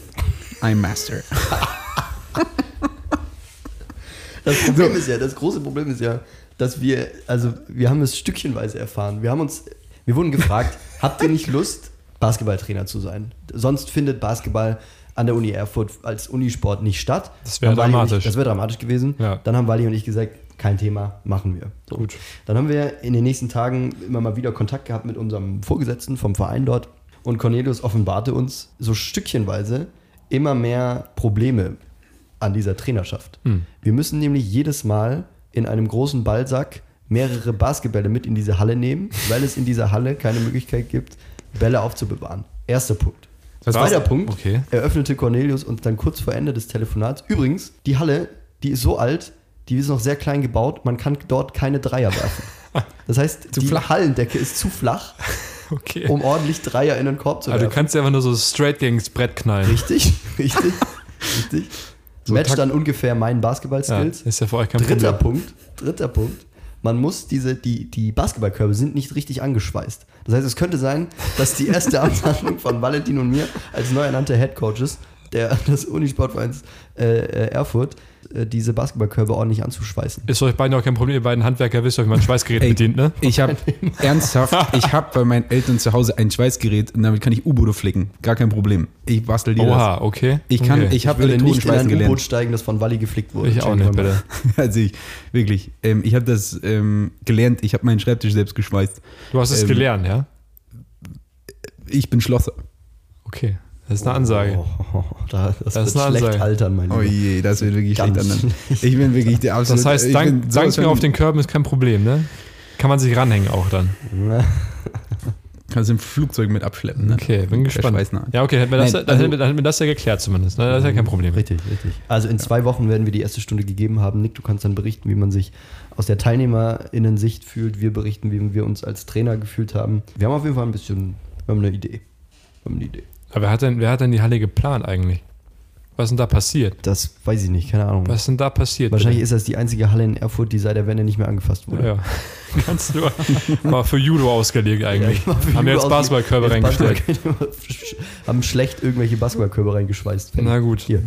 Speaker 5: I'm master.
Speaker 2: Das Problem ist ja, das große Problem ist ja, dass wir, also wir haben es stückchenweise erfahren. Wir haben uns, wir wurden gefragt, habt ihr nicht Lust, Basketballtrainer zu sein? Sonst findet Basketball an der Uni Erfurt als Unisport nicht statt.
Speaker 1: Das wäre
Speaker 2: Haben Wally und
Speaker 1: dramatisch.
Speaker 2: Ich, das wäre dramatisch gewesen.
Speaker 1: Ja.
Speaker 2: Dann haben Wally und ich gesagt, kein Thema, machen wir. So.
Speaker 1: Gut.
Speaker 2: Dann haben wir in den nächsten Tagen immer mal wieder Kontakt gehabt mit unserem Vorgesetzten vom Verein dort. Und Cornelius offenbarte uns so stückchenweise
Speaker 1: Hm.
Speaker 2: immer mehr Probleme an dieser Trainerschaft. Wir müssen nämlich jedes Mal in einem großen Ballsack mehrere Basketbälle mit in diese Halle nehmen, weil es in dieser Halle keine Möglichkeit gibt, Bälle aufzubewahren. Erster Punkt.
Speaker 5: Was
Speaker 2: Zweiter
Speaker 5: war's?
Speaker 2: Punkt.
Speaker 1: Okay.
Speaker 2: Eröffnete Cornelius uns dann kurz vor Ende des Telefonats. Übrigens, die Halle, die ist so alt, die ist noch sehr klein gebaut, man kann dort keine Dreier werfen. Das heißt, die
Speaker 1: flach.
Speaker 2: Hallendecke ist zu flach,
Speaker 1: Okay.
Speaker 2: um ordentlich Dreier in den Korb zu
Speaker 1: also
Speaker 2: werfen.
Speaker 1: du kannst ja einfach nur so straight gegen das Brett knallen.
Speaker 2: Richtig, richtig, richtig. Match
Speaker 1: Takt-
Speaker 2: dann ungefähr meinen
Speaker 1: Ja,
Speaker 2: Basketball-Skills.
Speaker 1: ist ja für euch kein
Speaker 2: dritter
Speaker 1: Problem.
Speaker 2: Punkt, dritter Punkt. Man muss diese, die, die Basketballkörbe sind nicht richtig angeschweißt. Das heißt, es könnte sein, dass die erste Amtshandlung von Valentin und mir als neu ernannte Headcoaches der, des Unisportvereins äh, äh, Erfurt, äh, diese Basketballkörbe ordentlich anzuschweißen.
Speaker 1: Ist euch beiden auch kein Problem, ihr beiden Handwerker wisst, ihr, wie man ein Schweißgerät
Speaker 5: Ey,
Speaker 1: bedient, ne?
Speaker 5: Ich habe ernsthaft, ich habe bei meinen Eltern zu Hause ein Schweißgerät und damit kann ich U-Boote flicken. Gar kein Problem. Ich bastel dir das.
Speaker 1: Oha, okay.
Speaker 5: Ich kann,
Speaker 1: okay.
Speaker 5: ich habe
Speaker 2: Würde nicht in
Speaker 5: Elektronenschweißen
Speaker 2: ein U-Boot
Speaker 5: gelernt.
Speaker 2: steigen, das von Walli geflickt wurde.
Speaker 1: Ich auch nicht, bitte.
Speaker 5: Also ich, wirklich, ähm, ich habe das ähm, gelernt. Ich habe meinen Schreibtisch selbst geschweißt.
Speaker 1: Du hast es
Speaker 5: Ähm,
Speaker 1: gelernt, ja?
Speaker 5: Ich bin Schlosser.
Speaker 1: Okay. Das ist eine Ansage.
Speaker 2: Oh, oh, oh, da, das,
Speaker 1: Das ist
Speaker 2: wird
Speaker 1: eine
Speaker 2: schlecht
Speaker 1: Ansage.
Speaker 2: altern, mein
Speaker 5: Oh
Speaker 2: Lieber.
Speaker 5: je, das wird wirklich
Speaker 2: Ganz
Speaker 5: schlecht anderen. Ich bin wirklich der absolute...
Speaker 1: Das heißt,
Speaker 5: ich
Speaker 1: dank,
Speaker 5: bin sowas
Speaker 1: dank mir
Speaker 5: von-
Speaker 1: auf den Körben ist kein Problem, ne? Kann man sich ranhängen auch dann.
Speaker 5: Kannst du im Flugzeug mit abschleppen, ne?
Speaker 1: Okay, bin gespannt.
Speaker 5: Schweißnaht.
Speaker 1: Ja, okay, hätten wir das,
Speaker 5: Nein,
Speaker 1: dann
Speaker 5: also-
Speaker 1: hätten wir- dann hätten wir das ja geklärt zumindest. Ne? Das ist ja kein Problem.
Speaker 2: Richtig, richtig. Also in zwei Wochen werden wir die erste Stunde gegeben haben. Nick, du kannst dann berichten, wie man sich aus der TeilnehmerInnen-Sicht fühlt. Wir berichten, wie wir uns als Trainer gefühlt haben. Wir haben auf jeden Fall ein bisschen, wir haben eine Idee. Wir haben eine Idee.
Speaker 1: Aber wer hat, denn, wer hat denn die Halle geplant eigentlich? Was ist denn da passiert?
Speaker 2: Das weiß ich nicht, keine Ahnung.
Speaker 1: Was ist denn da passiert?
Speaker 2: Wahrscheinlich ist das die einzige Halle in Erfurt, die seit der Wende nicht mehr angefasst wurde.
Speaker 1: Ja, ganz nur. War für Judo ausgelegt eigentlich.
Speaker 2: Ja,
Speaker 1: Haben wir jetzt Basketballkörbe
Speaker 2: Jetzt
Speaker 1: reingestellt.
Speaker 2: Basketballkörbe- haben schlecht irgendwelche Basketballkörbe reingeschweißt.
Speaker 1: Na gut,
Speaker 2: Hier.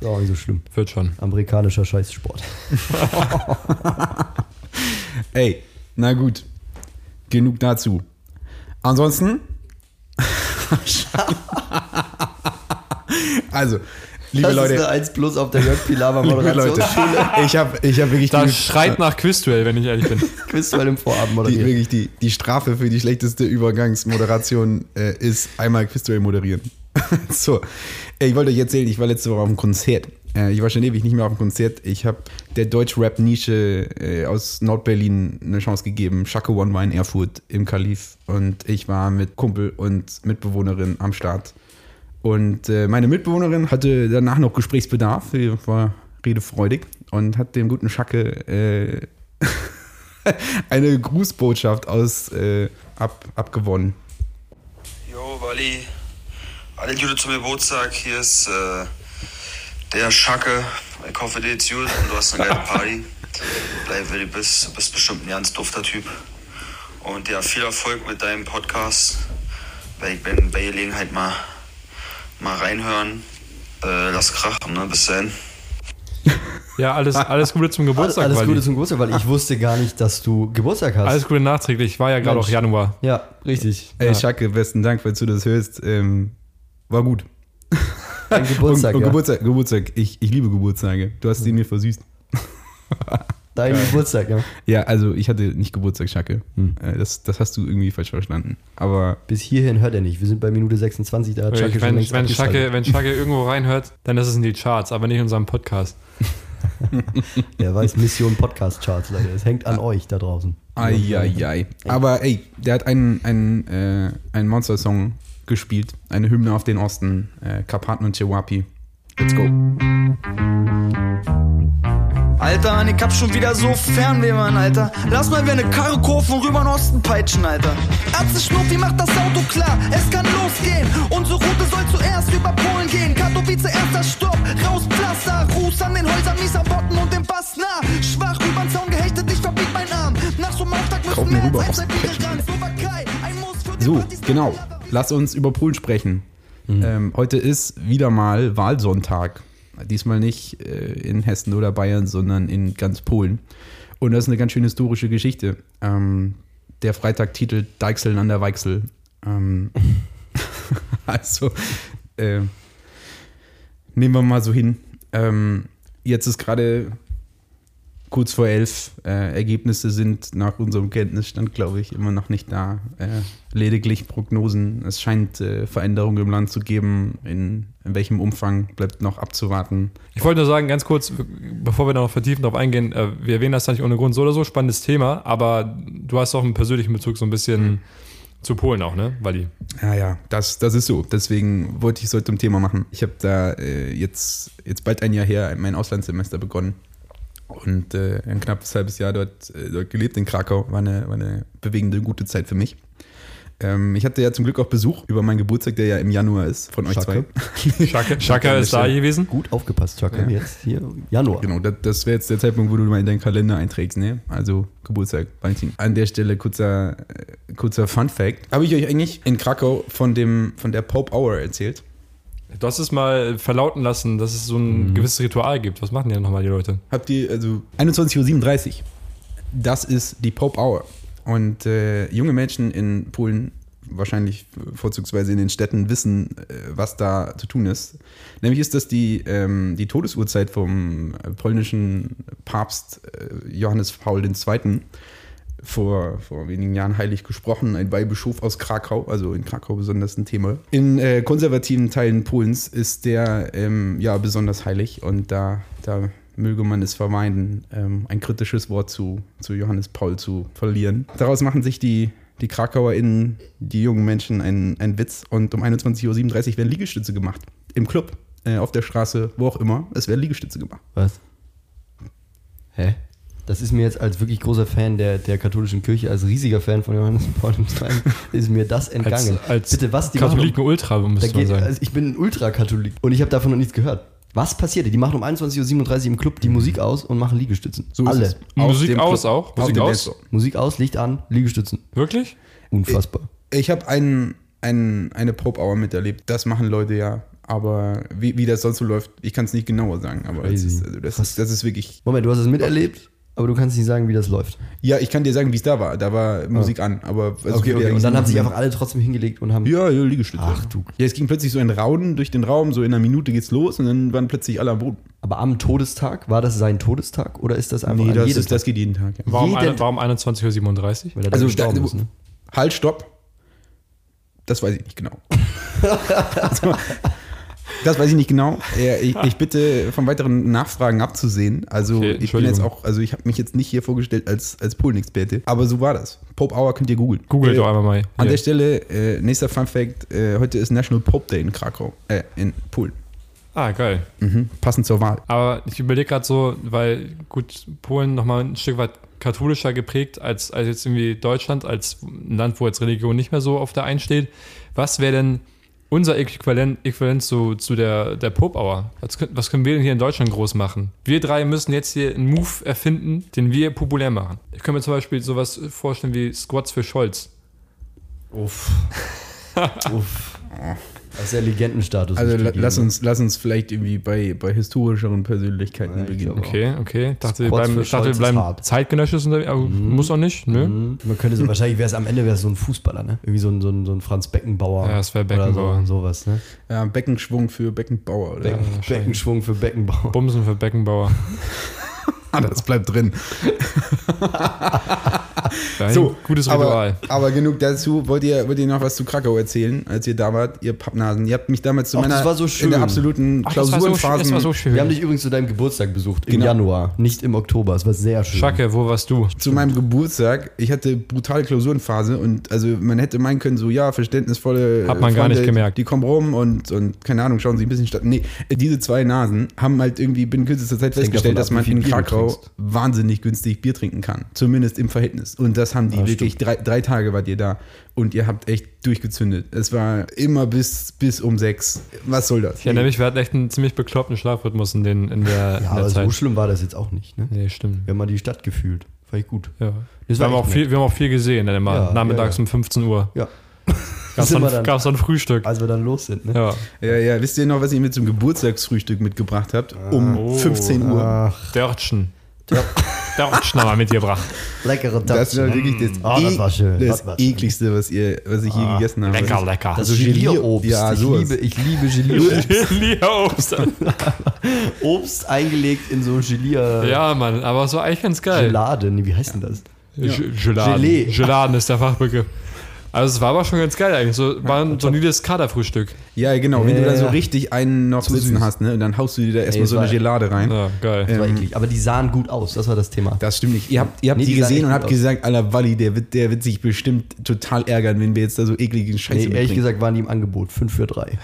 Speaker 2: Ist auch nicht so schlimm.
Speaker 1: wird schon.
Speaker 2: Amerikanischer Scheißsport.
Speaker 5: Ey, na gut. Genug dazu. Ansonsten. also, liebe
Speaker 2: das ist
Speaker 5: Leute,
Speaker 2: eine 1 plus auf der Jörg Pilawa
Speaker 5: liebe Leute,
Speaker 2: Moderationsschule.
Speaker 5: ich habe ich hab wirklich,
Speaker 1: Da
Speaker 5: die,
Speaker 1: schreit nach Quizduell, wenn ich ehrlich bin.
Speaker 2: Quizduell im Vorabend
Speaker 5: die,
Speaker 2: moderiert.
Speaker 5: wirklich die, die Strafe für die schlechteste Übergangsmoderation äh, ist einmal Quizduell moderieren. so, Ey, ich wollte euch erzählen, ich war letzte Woche auf einem Konzert. Äh, ich war schon ewig nicht mehr auf einem Konzert. Ich habe der Deutsch-Rap-Nische äh, aus Nordberlin eine Chance gegeben. Schacke One war in Erfurt im Kalif und ich war mit Kumpel und Mitbewohnerin am Start. Und äh, meine Mitbewohnerin hatte danach noch Gesprächsbedarf, sie war redefreudig und hat dem guten Schacke äh, eine Grußbotschaft aus äh, ab, abgewonnen.
Speaker 7: Jo, Wally. Alle Gute zum Geburtstag. Hier ist äh, der Schacke. Ich hoffe, dir geht's gut und du hast eine geile Party. Bleib, wer du bist. Du bist bestimmt ein ganz dufter Typ. Und ja, viel Erfolg mit deinem Podcast. Weil ich bin bei Gelegenheit mal, mal reinhören. Äh, lass krachen, ne? Bis dann.
Speaker 1: Ja, alles, alles Gute zum
Speaker 2: Alles,
Speaker 1: Geburtstag,
Speaker 2: alles
Speaker 1: Waldi.
Speaker 2: Gute zum Geburtstag, weil ich wusste gar nicht, dass du Geburtstag hast.
Speaker 1: Alles Gute nachträglich. War ja gerade
Speaker 2: Mensch.
Speaker 1: auch Januar.
Speaker 2: ja, richtig.
Speaker 5: Ey, Schacke, besten Dank, falls du das hörst. Ähm, war gut.
Speaker 2: Dein Geburtstag,
Speaker 5: und, und
Speaker 2: ja.
Speaker 5: Geburtstag, Geburtstag. Ich, ich liebe Geburtstage. Du hast sie mir versüßt.
Speaker 2: Dein Geburtstag, ja.
Speaker 5: Ja, also ich hatte nicht Geburtstag, Schacke.
Speaker 2: Hm.
Speaker 5: Äh, Das, das hast du irgendwie falsch verstanden. Aber
Speaker 2: Bis hierhin hört er nicht. Wir sind bei Minute 26, da hat Schacke schon
Speaker 1: Wenn,
Speaker 2: längst
Speaker 1: wenn, Schacke,
Speaker 2: abgeschaltet.
Speaker 1: wenn Schacke irgendwo reinhört, dann ist es in die Charts, aber nicht in unserem Podcast.
Speaker 2: Der weiß Mission Podcast Charts leider. Es hängt
Speaker 1: Ah.
Speaker 2: an euch da draußen.
Speaker 5: Eieiei. Aber ey, der hat einen, einen, äh, einen Monster-Song gespielt. Eine Hymne auf den Osten. Äh, Karpaten und Chewapi. Let's go.
Speaker 8: Alter, Mann, ich hab schon wieder so Fernweh, Mann, Alter. Lass mal wie eine Karre kurven rüber in Osten peitschen, Alter. Atze Schnuffi macht das Auto klar, es kann losgehen. Unsere Route soll zuerst über Polen gehen. Katowice, erster Stopp, raus Pflaster. Ruß an den Häusern mieser Botten und dem Bass nah. Schwach übern Zaun gehechtet, ich verbieg meinen Arm. Nach so einem Auftakt
Speaker 5: Kommt
Speaker 8: müssen
Speaker 5: mir
Speaker 8: mehr
Speaker 5: rüber
Speaker 8: als
Speaker 5: aufs
Speaker 8: ein Bier ran. Slowakei, ein Muss für die
Speaker 5: So,
Speaker 8: Partys-
Speaker 5: genau. Lass uns über Polen sprechen. Ähm, heute ist wieder mal Wahlsonntag. Diesmal nicht äh, in Hessen oder Bayern, sondern in ganz Polen. Und das ist eine ganz schön historische Geschichte. Ähm, der Freitag titelt Deichseln an der Weichsel. Ähm, also, äh, nehmen wir mal so hin. Ähm, jetzt ist gerade kurz vor elf. Äh, Ergebnisse sind nach unserem Kenntnisstand, glaube ich, immer noch nicht da. Äh, lediglich Prognosen. Es scheint äh, Veränderungen im Land zu geben. In, in welchem Umfang bleibt noch abzuwarten.
Speaker 1: Ich wollte nur sagen, ganz kurz, bevor wir da noch vertiefend drauf eingehen, äh, wir erwähnen das nicht ohne Grund so oder so, spannendes Thema, aber du hast auch einen persönlichen Bezug so ein bisschen
Speaker 2: Mhm.
Speaker 1: zu Polen auch, ne, Walli?
Speaker 5: Ja, ja, das, das ist so. Deswegen wollte ich es heute zum Thema machen. Ich habe da äh, jetzt, jetzt bald ein Jahr her mein Auslandssemester begonnen und äh, ein knappes halbes Jahr dort, äh, dort gelebt in Krakau. War eine, war eine bewegende, gute Zeit für mich. Ähm, ich hatte ja zum Glück auch Besuch über meinen Geburtstag, der ja im Januar ist, von euch
Speaker 2: Schacke.
Speaker 5: zwei.
Speaker 1: Schaka, Schaka ist da gewesen.
Speaker 2: Gut aufgepasst, Chaka. Jetzt hier Januar.
Speaker 5: Genau, das, das wäre jetzt der Zeitpunkt, wo du mal in deinen Kalender einträgst, ne? Also Geburtstag, Valentin. An der Stelle kurzer, äh, kurzer Fun Fact. Habe ich euch eigentlich in Krakau von, dem, von der Pope Hour erzählt?
Speaker 1: Du hast es mal verlauten lassen, dass es so ein
Speaker 2: Mhm.
Speaker 1: gewisses Ritual gibt. Was machen denn nochmal die Leute?
Speaker 5: Habt ihr, also 21.37 Uhr, das ist die Pope Hour. Und äh, junge Menschen in Polen, wahrscheinlich vorzugsweise in den Städten, wissen, äh, was da zu tun ist. Nämlich ist das die, ähm, die Todesurzeit vom äh, polnischen Papst äh, Johannes Paul II. Vor, vor wenigen Jahren heilig gesprochen, ein Weihbischof aus Krakau, also in Krakau besonders ein Thema. In äh, konservativen Teilen Polens ist der ähm, ja besonders heilig und da, da möge man es vermeiden, ähm, ein kritisches Wort zu, zu Johannes Paul zu verlieren. Daraus machen sich die, die KrakauerInnen, die jungen Menschen, einen, einen Witz und um 21.37 Uhr werden Liegestütze gemacht. Im Club, äh, auf der Straße, wo auch immer, es werden Liegestütze gemacht.
Speaker 2: Was? Hä? Das ist mir jetzt als wirklich großer Fan der, der katholischen Kirche, als riesiger Fan von Johannes Paul II., ist mir das entgangen.
Speaker 1: als
Speaker 2: Bitte, was? Die machen um-
Speaker 9: Katholiken Ultra,
Speaker 2: Da
Speaker 9: müsste man
Speaker 2: geht,
Speaker 9: sagen.
Speaker 2: also ich bin ein Ultrakatholik und ich habe davon noch nichts gehört. Was passierte? Die machen um 21.37 Uhr im Club die Musik aus und machen Liegestützen.
Speaker 5: Mhm. So ist
Speaker 2: Alle.
Speaker 5: es.
Speaker 9: Musik
Speaker 5: dem
Speaker 9: aus
Speaker 5: Club.
Speaker 9: auch?
Speaker 5: Musik
Speaker 9: Musik
Speaker 5: dem
Speaker 9: aus?
Speaker 5: aus?
Speaker 2: Musik aus, Licht an, Liegestützen.
Speaker 9: Wirklich?
Speaker 2: Unfassbar.
Speaker 5: Ich habe einen, einen, eine Pope Hour miterlebt. Das machen Leute ja. Aber wie, wie das sonst so läuft, ich kann es nicht genauer sagen. Aber das
Speaker 2: Crazy.
Speaker 5: ist, also das, ist, das ist wirklich.
Speaker 2: Moment, du hast es miterlebt, aber du kannst nicht sagen, wie das läuft.
Speaker 5: Ja, ich kann dir sagen, wie es da war. Da war Musik an. Aber also
Speaker 2: Ah. okay,
Speaker 5: wir
Speaker 2: okay.
Speaker 5: haben-
Speaker 2: Und dann haben sich einfach alle trotzdem hingelegt und haben.
Speaker 5: Ja, ja, Liegestütze.
Speaker 2: Ach du.
Speaker 5: Ja, es ging plötzlich so ein Raunen durch den Raum. So in einer Minute geht's los und dann waren plötzlich alle am Boden.
Speaker 2: Aber am Todestag, war das sein Todestag oder ist das einfach an
Speaker 5: das,
Speaker 2: jedem
Speaker 5: ist, das geht jeden Tag. Ja.
Speaker 9: Warum,
Speaker 2: Jeden-
Speaker 9: ein- warum 21.37 Uhr?
Speaker 2: Weil er
Speaker 5: Also,
Speaker 2: also gestorben
Speaker 5: da-
Speaker 2: ist, ne?
Speaker 5: Halt, stopp. Das weiß ich nicht genau. also, das weiß ich nicht genau. Äh, Ich, ich bitte von weiteren Nachfragen abzusehen. Also
Speaker 9: Okay,
Speaker 5: ich bin jetzt
Speaker 9: Entschuldigung.
Speaker 5: auch, also ich habe mich jetzt nicht hier vorgestellt als, als Polen-Experte, aber so war das. Pope Hour könnt ihr googeln.
Speaker 9: Googelt
Speaker 5: äh,
Speaker 9: doch einmal mal.
Speaker 5: An der
Speaker 9: Hier.
Speaker 5: Stelle, äh, nächster Fun Fact, äh, heute ist National Pope Day in Krakau, äh, in Polen.
Speaker 9: Ah, geil.
Speaker 5: Mhm. Passend zur Wahl.
Speaker 9: Aber ich überlege gerade so, weil gut, Polen nochmal ein Stück weit katholischer geprägt als, als jetzt irgendwie Deutschland, als ein Land, wo jetzt Religion nicht mehr so auf der Einen steht. Was wäre denn unser Äquivalent, Äquivalent zu, zu der, der Popauer? Was, könnt- was können wir denn hier in Deutschland groß machen? Wir drei müssen jetzt hier einen Move erfinden, den wir populär machen. Ich könnte mir zum Beispiel sowas vorstellen wie Squats für Scholz.
Speaker 2: Uff. Uff. Das ist der Legendenstatus.
Speaker 5: Also
Speaker 2: nicht
Speaker 5: la
Speaker 2: gegeben.
Speaker 5: lass, uns, lass uns vielleicht irgendwie bei, bei historischeren Persönlichkeiten
Speaker 2: Ja, ich
Speaker 5: beginnen.
Speaker 2: glaube auch.
Speaker 9: Okay, okay. Dachte, wir
Speaker 2: Squats
Speaker 9: bleiben,
Speaker 2: für
Speaker 9: ich dachte, wir
Speaker 2: Scholz ist
Speaker 9: bleiben
Speaker 2: hart.
Speaker 9: zeitgenössisch unterwegs, aber muss auch nicht, ne? nö.
Speaker 2: Mhm. Man könnte
Speaker 9: Hm.
Speaker 2: so, wahrscheinlich wäre es am Ende wäre es so ein Fußballer, ne? Irgendwie so ein, so ein, so ein Franz Beckenbauer.
Speaker 9: Ja, es wäre
Speaker 2: oder
Speaker 9: Beckenbauer.
Speaker 2: So, sowas, ne?
Speaker 5: Ja, Beckenschwung für Beckenbauer. Oder?
Speaker 2: Becken, Beckenschwung für Beckenbauer.
Speaker 9: Bumsen für Beckenbauer.
Speaker 5: Ah, das bleibt drin.
Speaker 9: Ein gutes Ritual.
Speaker 5: Aber, aber genug dazu. Wollt ihr, wollt ihr noch was zu Krakau erzählen, als ihr da wart, ihr Pappnasen? Ihr habt mich damals zu
Speaker 2: Ach, das
Speaker 5: meiner
Speaker 2: war so
Speaker 5: in
Speaker 2: schön.
Speaker 5: der absoluten
Speaker 9: Ach, das war so schön,
Speaker 5: Klausurenphase.
Speaker 9: das war so schön.
Speaker 2: Wir haben dich übrigens zu deinem Geburtstag besucht. Im
Speaker 5: Genau.
Speaker 2: Januar, nicht im Oktober. Es war sehr schön.
Speaker 9: Schacke, wo warst du?
Speaker 5: zu meinem Geburtstag, ich hatte brutale Klausurenphase und also man hätte meinen können, so ja, verständnisvolle äh,
Speaker 9: Hat man gar nicht gemerkt.
Speaker 5: die kommen rum und, und keine Ahnung, schauen sie ein bisschen statt. Nee, diese zwei Nasen haben halt irgendwie binnen kürzester Zeit
Speaker 2: hängt
Speaker 5: festgestellt,
Speaker 2: davon ab,
Speaker 5: dass man
Speaker 2: wie viel
Speaker 5: in
Speaker 2: Bier du
Speaker 5: Krakau
Speaker 2: trinkst.
Speaker 5: wahnsinnig günstig Bier trinken kann. Zumindest im Verhältnis. Und das haben die
Speaker 2: Ja,
Speaker 5: wirklich, drei, drei Tage wart ihr da und ihr habt echt durchgezündet. Es war immer bis, bis um sechs. Was soll das?
Speaker 9: Ich erinnere mich, wir hatten echt einen ziemlich bekloppten Schlafrhythmus in, den, in der,
Speaker 2: Ja,
Speaker 9: in der
Speaker 2: aber so
Speaker 9: Zeit.
Speaker 2: schlimm war das jetzt auch nicht, ne?
Speaker 9: Nee, stimmt.
Speaker 2: Wir haben mal die Stadt gefühlt. Fand ich gut.
Speaker 9: Ja.
Speaker 2: Das
Speaker 9: Wir,
Speaker 2: war
Speaker 9: haben
Speaker 2: echt
Speaker 9: auch viel, wir haben auch viel gesehen, dann immer
Speaker 2: Ja,
Speaker 9: nachmittags
Speaker 2: ja, ja.
Speaker 9: um 15 Uhr.
Speaker 2: Ja.
Speaker 9: Gab es
Speaker 2: Sind
Speaker 9: dann,
Speaker 2: wir dann-
Speaker 9: gab's dann Frühstück.
Speaker 2: Als wir dann los sind, ne?
Speaker 9: Ja.
Speaker 5: Ja, ja. Wisst ihr noch, was ihr mir zum Geburtstagsfrühstück mitgebracht habt? Um 15 Uhr.
Speaker 2: Ach,
Speaker 9: Dörtchen.
Speaker 1: Dauerschnauer mitgebracht.
Speaker 2: Leckere
Speaker 5: Das ist
Speaker 2: Tapfen.
Speaker 5: wirklich das, e-
Speaker 2: Ah, das war schön.
Speaker 5: das
Speaker 2: Das war schön. Ah,
Speaker 5: ekligste, was, ihr, was ich je gegessen habe.
Speaker 1: Lecker, lecker.
Speaker 2: Das
Speaker 5: Also Gelier-
Speaker 2: Gelierobst.
Speaker 5: Ja,
Speaker 2: ich,
Speaker 5: sowas.
Speaker 2: liebe, ich liebe Gelier.
Speaker 1: Lierobst.
Speaker 2: Obst eingelegt in so Gelier.
Speaker 1: Ja, Mann, aber es war eigentlich ganz geil.
Speaker 2: Gelade. Nee, wie heißt denn das?
Speaker 1: Ge- Geladen.
Speaker 2: Gelee.
Speaker 1: Geladen ist der Fachbegriff. Also es war aber schon ganz geil eigentlich. So war ein solides Kaderfrühstück.
Speaker 5: Ja, genau. Wenn du
Speaker 2: Ja,
Speaker 5: da so
Speaker 2: ja.
Speaker 5: richtig einen noch sitzen
Speaker 2: süß.
Speaker 5: hast, ne? Und dann haust du dir da erstmal
Speaker 2: es
Speaker 5: so eine
Speaker 2: war-
Speaker 5: Gelade rein.
Speaker 1: Ja, geil.
Speaker 2: Das war
Speaker 5: Ähm,
Speaker 2: eklig. Aber die sahen gut aus. Das war das Thema.
Speaker 5: Das stimmt nicht. Ihr habt, ihr habt
Speaker 2: Nee,
Speaker 5: die
Speaker 2: die sahen
Speaker 5: gesehen
Speaker 2: echt
Speaker 5: und
Speaker 2: gut
Speaker 5: habt
Speaker 2: aus.
Speaker 5: gesagt, aller Walli, der wird, der wird sich bestimmt total ärgern, wenn wir jetzt da so ekligen Scheiße
Speaker 2: Nee, ehrlich
Speaker 5: mitbringen.
Speaker 2: gesagt waren die im Angebot. 5 für 3.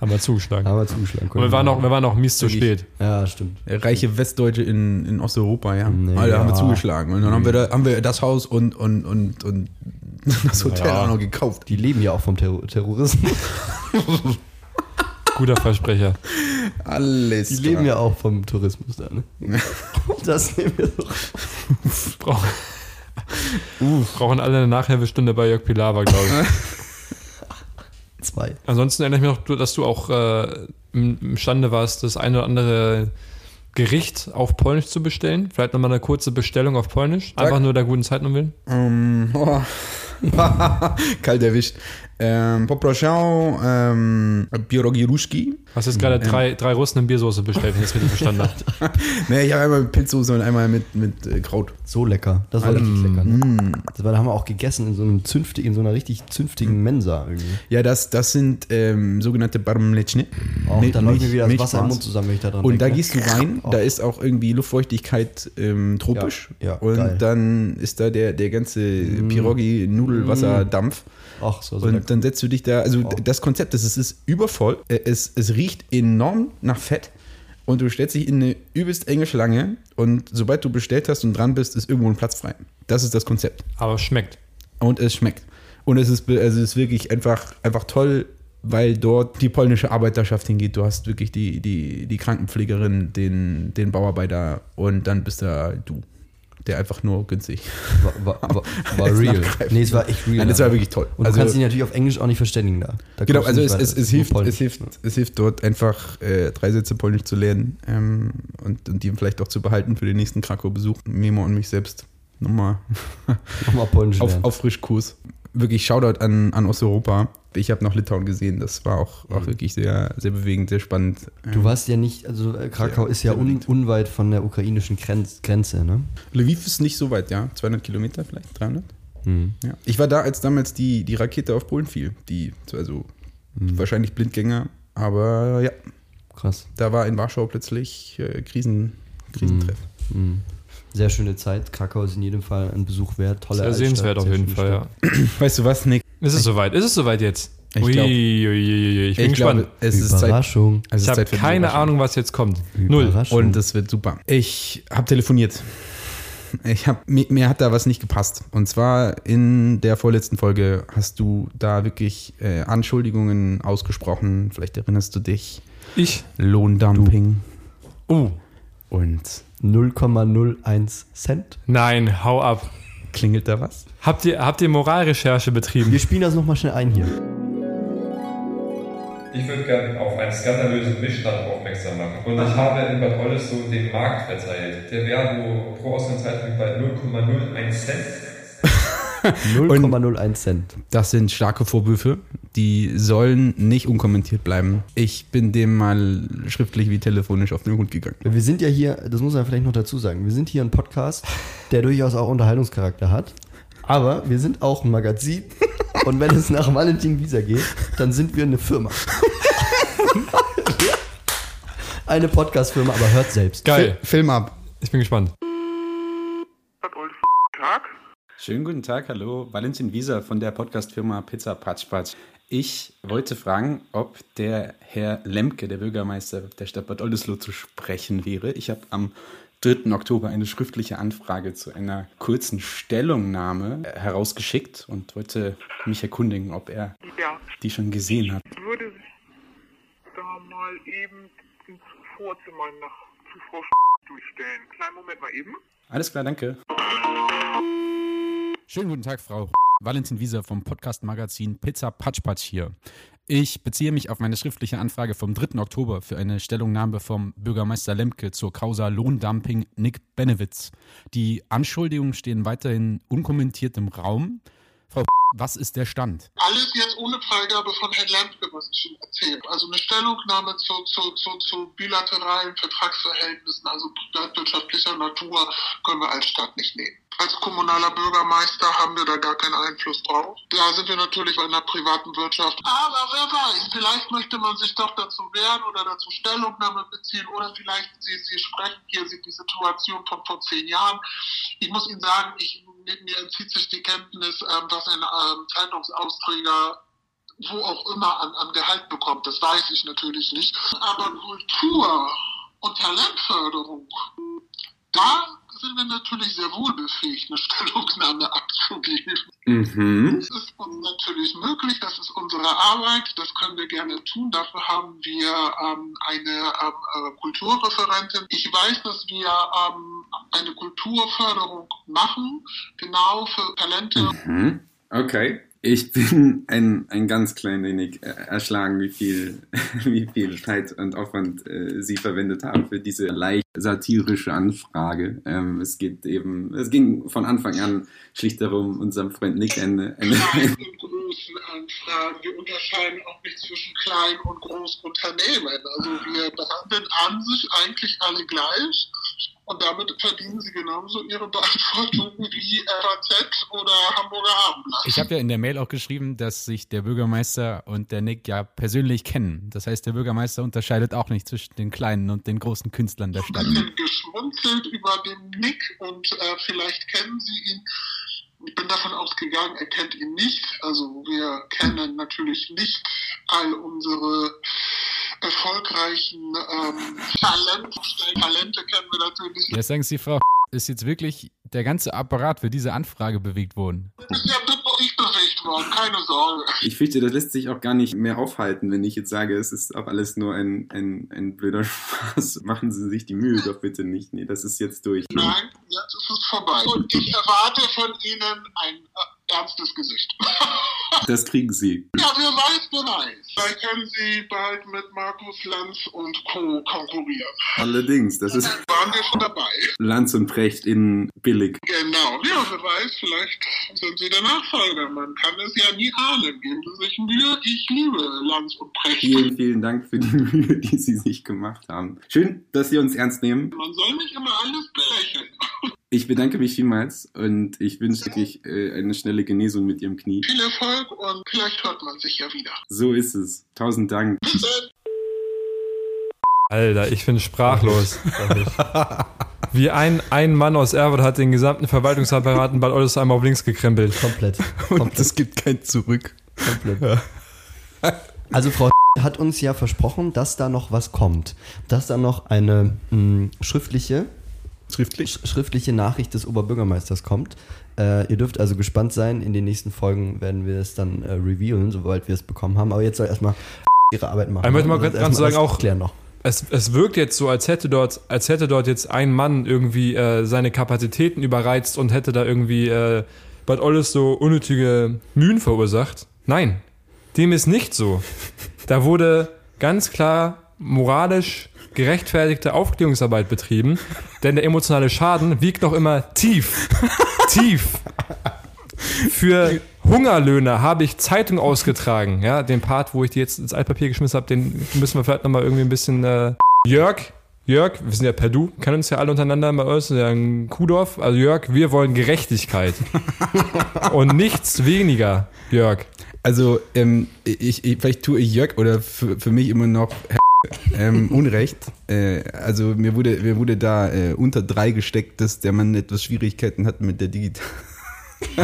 Speaker 1: Haben wir zugeschlagen.
Speaker 2: Haben wir zugeschlagen.
Speaker 1: Und wir waren
Speaker 5: Genau.
Speaker 1: auch, wir waren auch mies zu spät.
Speaker 2: Ja, stimmt.
Speaker 5: Reiche Westdeutsche in, in Osteuropa, ja.
Speaker 2: Nee,
Speaker 5: Alter, haben wir
Speaker 2: ja.
Speaker 5: zugeschlagen. Und dann haben wir, da, haben wir das Haus und, und, und, und das Hotel
Speaker 1: Ja.
Speaker 5: auch noch gekauft.
Speaker 2: Die leben ja auch vom Terror Terrorismus.
Speaker 1: Guter Versprecher.
Speaker 5: Alles.
Speaker 2: Die
Speaker 5: klar.
Speaker 2: leben ja auch vom Tourismus da, ne? Das nehmen wir doch.
Speaker 1: Brauch, Brauchen alle eine Nachhilfestunde bei Jörg Pilawa, glaube ich.
Speaker 2: Zwei.
Speaker 1: Ansonsten erinnere ich mich noch, du- dass du auch äh, im- imstande warst, das ein oder andere Gericht auf Polnisch zu bestellen. Vielleicht nochmal eine kurze Bestellung auf Polnisch. Einfach nur der guten Zeit um willen.
Speaker 5: Ähm, oh. Kalt erwischt. Ähm, Poproschau, ähm, Pierogi Ruschki.
Speaker 1: Hast jetzt gerade
Speaker 5: Mhm.
Speaker 1: drei, drei Russen in Biersoße bestellt, wenn ich das richtig verstanden habe.
Speaker 5: Nee, ich habe einmal mit Pilzsoße und einmal mit, mit äh, Kraut.
Speaker 2: So lecker. Das
Speaker 5: Mm.
Speaker 2: war richtig lecker. Ne? Das war, da haben wir auch gegessen in so, einem zünftig, in so einer richtig zünftigen Mensa irgendwie.
Speaker 5: Ja, das, das sind ähm, sogenannte Barmlechne.
Speaker 2: Auch
Speaker 5: Mil-
Speaker 2: da läuft
Speaker 5: Milch-
Speaker 2: mir wieder das Wasser im
Speaker 5: Milchspaß.
Speaker 2: Mund zusammen, wenn ich da dran
Speaker 5: Und da
Speaker 2: denke, ne?
Speaker 5: gehst du rein, da ist auch irgendwie Luftfeuchtigkeit ähm, tropisch.
Speaker 2: Ja, ja,
Speaker 5: und
Speaker 2: geil. Mm.
Speaker 5: dann ist da der, der ganze Pierogi-Nudelwasserdampf.
Speaker 2: Ach, so, so lecker.
Speaker 5: Und dann setzt du dich da, also d- das Konzept ist, es ist übervoll, äh, es, es riecht enorm nach Fett und du stellst dich in eine übelst enge Schlange und sobald du bestellt hast und dran bist, ist irgendwo ein Platz frei. Das ist das Konzept.
Speaker 1: Aber es schmeckt.
Speaker 5: Und es schmeckt. Und es ist, be- also es ist wirklich einfach, einfach toll, weil dort die polnische Arbeiterschaft hingeht. Du hast wirklich die, die, die Krankenpflegerin, den, den Bauarbeiter und dann bist da du, der einfach nur günstig.
Speaker 2: War, war, war, war real. Nee, es war echt real.
Speaker 5: Nein, das war wirklich toll.
Speaker 2: Und
Speaker 5: Also-
Speaker 2: du kannst dich natürlich auf Englisch auch nicht verständigen da. da
Speaker 5: Genau,
Speaker 2: kommst
Speaker 5: also
Speaker 2: du nicht
Speaker 5: es,
Speaker 2: weiter.
Speaker 5: es, es,
Speaker 2: Nur
Speaker 5: hilft,
Speaker 2: Polnisch,
Speaker 5: es, hilft,
Speaker 2: ne?
Speaker 5: es hilft dort einfach äh, drei Sätze Polnisch zu lernen ähm, und, und die vielleicht auch zu behalten für den nächsten Krakau-Besuch. Memo und mich selbst nochmal
Speaker 2: Nochmal Polnisch
Speaker 5: auf,
Speaker 2: lernen.
Speaker 5: auf Frischkurs. Wirklich Shoutout an, an Osteuropa. Ich habe nach Litauen gesehen, das war auch, auch wirklich sehr, sehr bewegend, sehr spannend.
Speaker 2: Mhm.
Speaker 5: Ähm,
Speaker 1: Mhm.
Speaker 2: Du warst ja nicht, also äh, Krakau
Speaker 5: Sehr-
Speaker 2: ist ja
Speaker 5: sehr
Speaker 2: un,
Speaker 5: beliebt.
Speaker 2: unweit von der ukrainischen Grenz, Grenze, ne?
Speaker 5: Lviv ist nicht so weit, ja. 200 Kilometer vielleicht, 300.
Speaker 1: Mhm.
Speaker 5: Ja. Ich war da, als damals die, die Rakete auf Polen fiel. Die, also wahrscheinlich Blindgänger, aber ja,
Speaker 2: Mhm. Krass.
Speaker 5: da war in Warschau plötzlich äh, Krisen,
Speaker 2: Mhm.
Speaker 5: Krisentreff.
Speaker 2: Sehr schöne Zeit. Krakau ist in jedem Fall ein Besuch wert. Tolle
Speaker 1: Sehr
Speaker 2: Altstadt,
Speaker 1: sehenswert auf
Speaker 2: sehr
Speaker 1: jeden
Speaker 2: schöne
Speaker 1: Fall,
Speaker 2: Stadt.
Speaker 1: ja.
Speaker 5: Weißt du was, Nick?
Speaker 1: Ist es soweit? Ist es soweit jetzt?
Speaker 5: Ich
Speaker 1: Ui,
Speaker 5: glaub-
Speaker 1: ui, ui, ui. ich bin
Speaker 5: ich
Speaker 1: gespannt.
Speaker 5: glaube, es ist Zeit.
Speaker 2: Überraschung.
Speaker 5: Es ist
Speaker 1: ich habe
Speaker 5: Zeit für die
Speaker 1: keine
Speaker 5: Überraschung.
Speaker 1: Ahnung, was jetzt kommt. Null.
Speaker 2: Überraschung.
Speaker 5: Und es wird super. Ich habe telefoniert. Ich hab, mir, mir hat da was nicht gepasst. Und zwar in der vorletzten Folge hast du da wirklich äh, Anschuldigungen ausgesprochen. Vielleicht erinnerst du dich.
Speaker 1: Ich.
Speaker 5: Lohndumping.
Speaker 1: Uh.
Speaker 5: Und
Speaker 2: 0,01 Cent.
Speaker 1: Nein, hau ab.
Speaker 5: klingelt da was?
Speaker 1: Habt ihr, habt ihr Moralrecherche betrieben?
Speaker 2: Wir spielen das nochmal schnell ein hier.
Speaker 1: Ich würde gerne auf einen skandalösen Missstand aufmerksam machen. Und ich habe in Bad Oldesloe den Markt verteilt. Der Wert pro Ausgangszeitpunkt bei 0,01 Cent.
Speaker 2: 0,01 Cent.
Speaker 5: Das sind starke Vorwürfe. Die sollen nicht unkommentiert bleiben. Ich bin dem mal schriftlich wie telefonisch auf den Hund gegangen.
Speaker 2: Wir sind ja hier, das muss man vielleicht noch dazu sagen, wir sind hier ein Podcast, der durchaus auch Unterhaltungscharakter hat. Aber wir sind auch ein Magazin. Und wenn es nach Valentin Wieser geht, dann sind wir eine Firma. Eine Podcast-Firma, aber hört selbst.
Speaker 1: Geil.
Speaker 5: Film ab.
Speaker 1: Ich bin gespannt.
Speaker 10: Schönen guten Tag, hallo. Valentin Wieser von der Podcastfirma Pizza Patsch Patsch. Ich wollte fragen, ob der Herr Lemke, der Bürgermeister der Stadt Bad Oldesloe, zu sprechen wäre. Ich habe am 3. Oktober eine schriftliche Anfrage zu einer kurzen Stellungnahme äh, herausgeschickt und wollte mich erkundigen, ob er
Speaker 8: Ja,
Speaker 10: die schon gesehen hat.
Speaker 8: ich würde da mal eben ins Vorzimmer nach zu Frau durchstellen. Kleinen Moment mal eben.
Speaker 10: Alles klar, danke.
Speaker 11: Schönen guten Tag, Frau. Valentin Wieser vom Podcast-Magazin Pizza Patsch Patsch hier.
Speaker 12: Ich beziehe mich auf meine schriftliche Anfrage vom 3. Oktober für eine Stellungnahme vom Bürgermeister Lemke zur Causa Lohndumping Nick Benewitz. Die Anschuldigungen stehen weiterhin unkommentiert im Raum. Frau, was ist der Stand?
Speaker 8: Alles jetzt ohne Freigabe von Herrn Lemke, was ich Ihnen erzählt. Also eine Stellungnahme zu, zu, zu, zu bilateralen Vertragsverhältnissen, also privatwirtschaftlicher Natur, können wir als Stadt nicht nehmen. Als kommunaler Bürgermeister haben wir da gar keinen Einfluss drauf. Da sind wir natürlich in der privaten Wirtschaft. Aber wer weiß, vielleicht möchte man sich doch dazu wehren oder dazu Stellungnahme beziehen oder vielleicht, Sie, Sie sprechen hier Sie die Situation von vor zehn Jahren. Ich muss Ihnen sagen, ich, mir mir entzieht sich die Kenntnis, ähm, was ein ähm, Zeitungsausträger wo auch immer an, an Gehalt bekommt. Das weiß ich natürlich nicht. Aber Kultur und Talentförderung, da sind wir natürlich sehr wohl befähigt, eine Stellungnahme abzugeben.
Speaker 12: Mhm.
Speaker 8: Das ist uns natürlich möglich, das ist unsere Arbeit, das können wir gerne tun. Dafür haben wir ähm, eine ähm, äh, Kulturreferentin. Ich weiß, dass wir ähm, eine Kulturförderung machen, genau für Talente.
Speaker 12: Mhm. Okay. Ich bin ein, ein ganz klein wenig äh, erschlagen, wie viel, wie viel Zeit und Aufwand äh, Sie verwendet haben für diese leicht satirische Anfrage. Ähm, es geht eben, es ging von Anfang an schlicht darum, unserem Freund Nick eine, eine
Speaker 8: kleinen und großen Anfragen. Wir unterscheiden auch nicht zwischen kleinen und großen Unternehmen. Also wir behandeln an sich eigentlich alle gleich. Und damit verdienen sie genauso ihre Beantwortung wie FAZ oder Hamburger Abendblatt.
Speaker 12: Ich habe ja in der Mail auch geschrieben, dass sich der Bürgermeister und der Nick ja persönlich kennen. Das heißt, der Bürgermeister unterscheidet auch nicht zwischen den kleinen und den großen Künstlern der Stadt.
Speaker 8: ein bisschen geschmunzelt über den Nick und äh, vielleicht kennen Sie ihn. Ich bin davon ausgegangen, er kennt ihn nicht. Also wir kennen natürlich nicht all unsere erfolgreichen ähm, Talente. Talente kennen wir natürlich.
Speaker 12: Jetzt sagen Sie, Frau, ist jetzt wirklich der ganze Apparat für diese Anfrage bewegt worden?
Speaker 8: Das ist ja nicht bewegt worden, keine Sorge.
Speaker 12: Ich fürchte, das lässt sich auch gar nicht mehr aufhalten, wenn ich jetzt sage, es ist auch alles nur ein, ein, ein blöder Spaß. Machen Sie sich die Mühe doch bitte nicht. Nee, das ist jetzt durch.
Speaker 8: Nein, jetzt ist es vorbei. Und ich erwarte von Ihnen ein äh, ernstes Gesicht.
Speaker 12: Das kriegen Sie.
Speaker 8: Ja, wer weiß, wer weiß. Vielleicht können Sie bald mit Markus Lanz und Co. konkurrieren.
Speaker 12: Allerdings, das ist
Speaker 8: Waren wir schon dabei?
Speaker 12: Lanz und Precht in billig.
Speaker 8: Genau. Ja, wer weiß, vielleicht sind Sie der Nachfolger. Man kann es ja nie ahnen. Geben Sie sich Mühe. Ich liebe Lanz und Precht.
Speaker 12: Vielen, vielen Dank für die Mühe, die Sie sich gemacht haben. Schön, dass Sie uns ernst nehmen.
Speaker 8: Man soll nicht immer alles belächeln.
Speaker 12: Ich bedanke mich vielmals und ich wünsche wirklich äh, eine schnelle Genesung mit Ihrem Knie.
Speaker 8: Viel Erfolg und vielleicht hört man sich ja wieder.
Speaker 12: So ist es. Tausend Dank.
Speaker 8: Bis dann.
Speaker 1: Alter, ich bin sprachlos. Wie ein, ein Mann aus Erfurt hat den gesamten Verwaltungsapparat in Bad Oldesheim auf links gekrempelt.
Speaker 2: Komplett.
Speaker 5: Und es gibt kein Zurück.
Speaker 2: Komplett. Also Frau hat uns ja versprochen, dass da noch was kommt. Dass da noch eine mh, schriftliche,
Speaker 5: Schriftlich?
Speaker 2: sch- schriftliche Nachricht des Oberbürgermeisters kommt. Äh, ihr dürft also gespannt sein. In den nächsten Folgen werden wir es dann äh, revealen, sobald wir es bekommen haben. Aber jetzt soll erstmal ihre Arbeit machen.
Speaker 1: Ich möchte mal
Speaker 2: Und
Speaker 1: ganz-
Speaker 2: erstmal
Speaker 1: ganz sagen,
Speaker 2: das
Speaker 1: auch-
Speaker 2: Klären noch.
Speaker 1: Es, es wirkt jetzt so, als hätte dort, als hätte dort jetzt ein Mann irgendwie äh, seine Kapazitäten überreizt und hätte da irgendwie äh, Bad Olles so unnötige Mühen verursacht. Nein, dem ist nicht so. Da wurde ganz klar moralisch gerechtfertigte Aufklärungsarbeit betrieben, denn der emotionale Schaden wiegt noch immer tief, tief. Für Hungerlöhne habe ich Zeitung ausgetragen. Ja, den Part, wo ich die jetzt ins Altpapier geschmissen habe, den müssen wir vielleicht nochmal irgendwie ein bisschen. Äh, Jörg, Jörg, wir sind ja per Du, kennen uns ja alle untereinander bei uns, ja ein Kuhdorf. Also Jörg, wir wollen Gerechtigkeit. Und nichts weniger, Jörg.
Speaker 5: Also, ähm, ich, ich, vielleicht tue ich Jörg oder für, für mich immer noch ähm, Unrecht. Äh, also, mir wurde, mir wurde da äh, unter drei gesteckt, dass der Mann etwas Schwierigkeiten hat mit der digital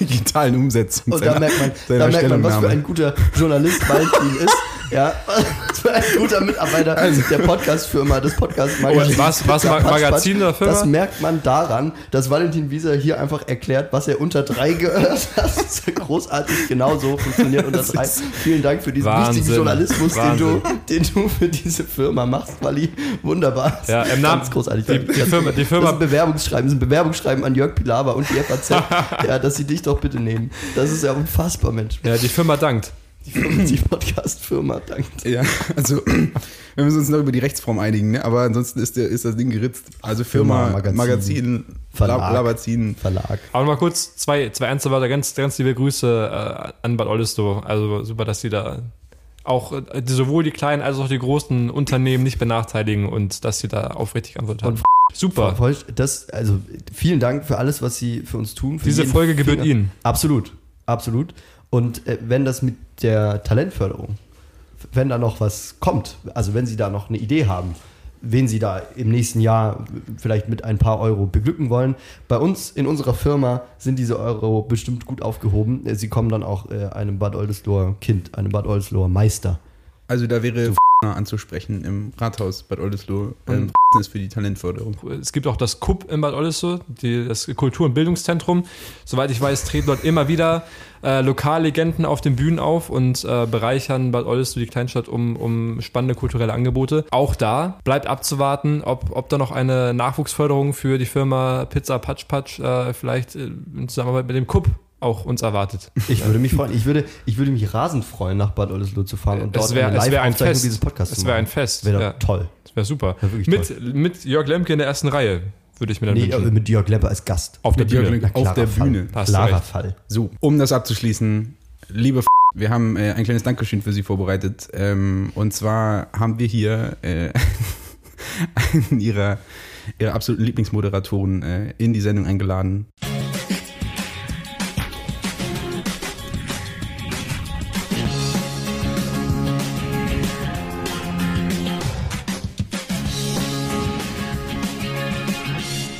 Speaker 5: digitalen Umsetzung.
Speaker 2: Und da merkt man, da merkt man was für ein guter Journalist Valentin ist. Ja, was für ein guter Mitarbeiter der Podcast-Firma, des Podcast-Magazins.
Speaker 1: Also Oh, was- was,
Speaker 2: Der
Speaker 1: Ma-
Speaker 2: Patsch, Patsch.
Speaker 1: Magazin oder Firma?
Speaker 2: Das merkt man daran, dass Valentin Wieser hier einfach erklärt, was er unter drei gehört hat. Das ist ja großartig, genau so funktioniert unter drei. Vielen Dank für diesen
Speaker 1: Wahnsinn.
Speaker 2: wichtigen Journalismus, den du,
Speaker 1: Wahnsinn.
Speaker 2: den du für diese Firma machst, Wally. Wunderbar.
Speaker 1: Ja, im Namen-
Speaker 2: Ganz großartig.
Speaker 1: die- die Firma- die Firma-
Speaker 2: Das ist ein Bewerbungsschreiben, das ist ein Bewerbungsschreiben an Jörg Pilawa und die FAZ, ja, dass sie dich doch bitte nehmen. Das ist ja unfassbar, Mensch.
Speaker 1: Ja, die Firma dankt.
Speaker 2: Die, Firma- die Podcast-Firma dankt.
Speaker 5: Ja, also wir müssen uns noch über die Rechtsform einigen, ne? aber ansonsten ist, der, ist das Ding geritzt. Also Firma,
Speaker 2: Firma, Magazin,
Speaker 5: Magazin,
Speaker 2: Verlag.
Speaker 5: La- Labazin.
Speaker 2: Verlag.
Speaker 1: Aber mal kurz zwei, zwei ernste Wörter, ganz, ganz liebe Grüße äh, an Bad Oldesloe. Also super, dass die da auch äh, sowohl die kleinen als auch die großen Unternehmen nicht benachteiligen und dass sie da aufrichtig antwortet haben.
Speaker 2: Und
Speaker 1: super.
Speaker 2: Voll- Das, also vielen Dank für alles, was Sie für uns tun. Für
Speaker 1: Diese
Speaker 2: jeden
Speaker 1: Folge gebührt Ihnen.
Speaker 2: Absolut, absolut. Und äh, wenn das mit der Talentförderung, wenn da noch was kommt, also wenn Sie da noch eine Idee haben, wen Sie da im nächsten Jahr vielleicht mit ein paar Euro beglücken wollen, bei uns in unserer Firma sind diese Euro bestimmt gut aufgehoben. Äh, Sie kommen dann auch äh, einem Bad Oldesloher Kind, einem Bad Oldesloher Meister.
Speaker 5: Also da wäre anzusprechen im Rathaus Bad Oldesloe. Ähm, ist für die Talentförderung.
Speaker 1: Es gibt auch das KUP in Bad Oldesloe, die, das Kultur- und Bildungszentrum. Soweit ich weiß, treten dort immer wieder äh, Lokallegenden auf den Bühnen auf und äh, bereichern Bad Oldesloe, die Kleinstadt, um, um spannende kulturelle Angebote. Auch da bleibt abzuwarten, ob, ob da noch eine Nachwuchsförderung für die Firma Pizza Patsch Patsch äh, vielleicht äh, in Zusammenarbeit mit dem KUP auch uns erwartet.
Speaker 2: Ich würde mich freuen. Ich würde, ich würde mich rasend freuen, nach Bad Oldesloe zu fahren und
Speaker 1: Es
Speaker 2: dort
Speaker 1: wäre
Speaker 2: eine
Speaker 1: es wär ein
Speaker 2: Live-Aufzeichnung
Speaker 1: Fest.
Speaker 2: dieses Podcasts zu
Speaker 1: es wäre ein
Speaker 2: machen.
Speaker 1: Fest.
Speaker 2: Wäre doch
Speaker 1: ja.
Speaker 2: toll.
Speaker 1: Das wäre super.
Speaker 2: Wär wirklich
Speaker 1: mit, mit Jörg Lemke in der ersten Reihe, würde ich mir dann
Speaker 2: Nee, also
Speaker 1: wünschen.
Speaker 2: aber mit Jörg Lepper als Gast.
Speaker 1: Auf der
Speaker 5: Mit Jörg
Speaker 1: Bühne.
Speaker 5: Link
Speaker 2: Na,
Speaker 5: auf
Speaker 2: klarer
Speaker 5: der
Speaker 2: Fall.
Speaker 5: Bühne.
Speaker 1: Hast du
Speaker 2: Klarer
Speaker 1: recht.
Speaker 2: Fall.
Speaker 5: So, um das abzuschließen, liebe F wir haben äh, ein kleines Dankeschön für Sie vorbereitet. Ähm, und zwar haben wir hier äh, einen ihrer, ihrer absoluten Lieblingsmoderatoren äh, in die Sendung eingeladen.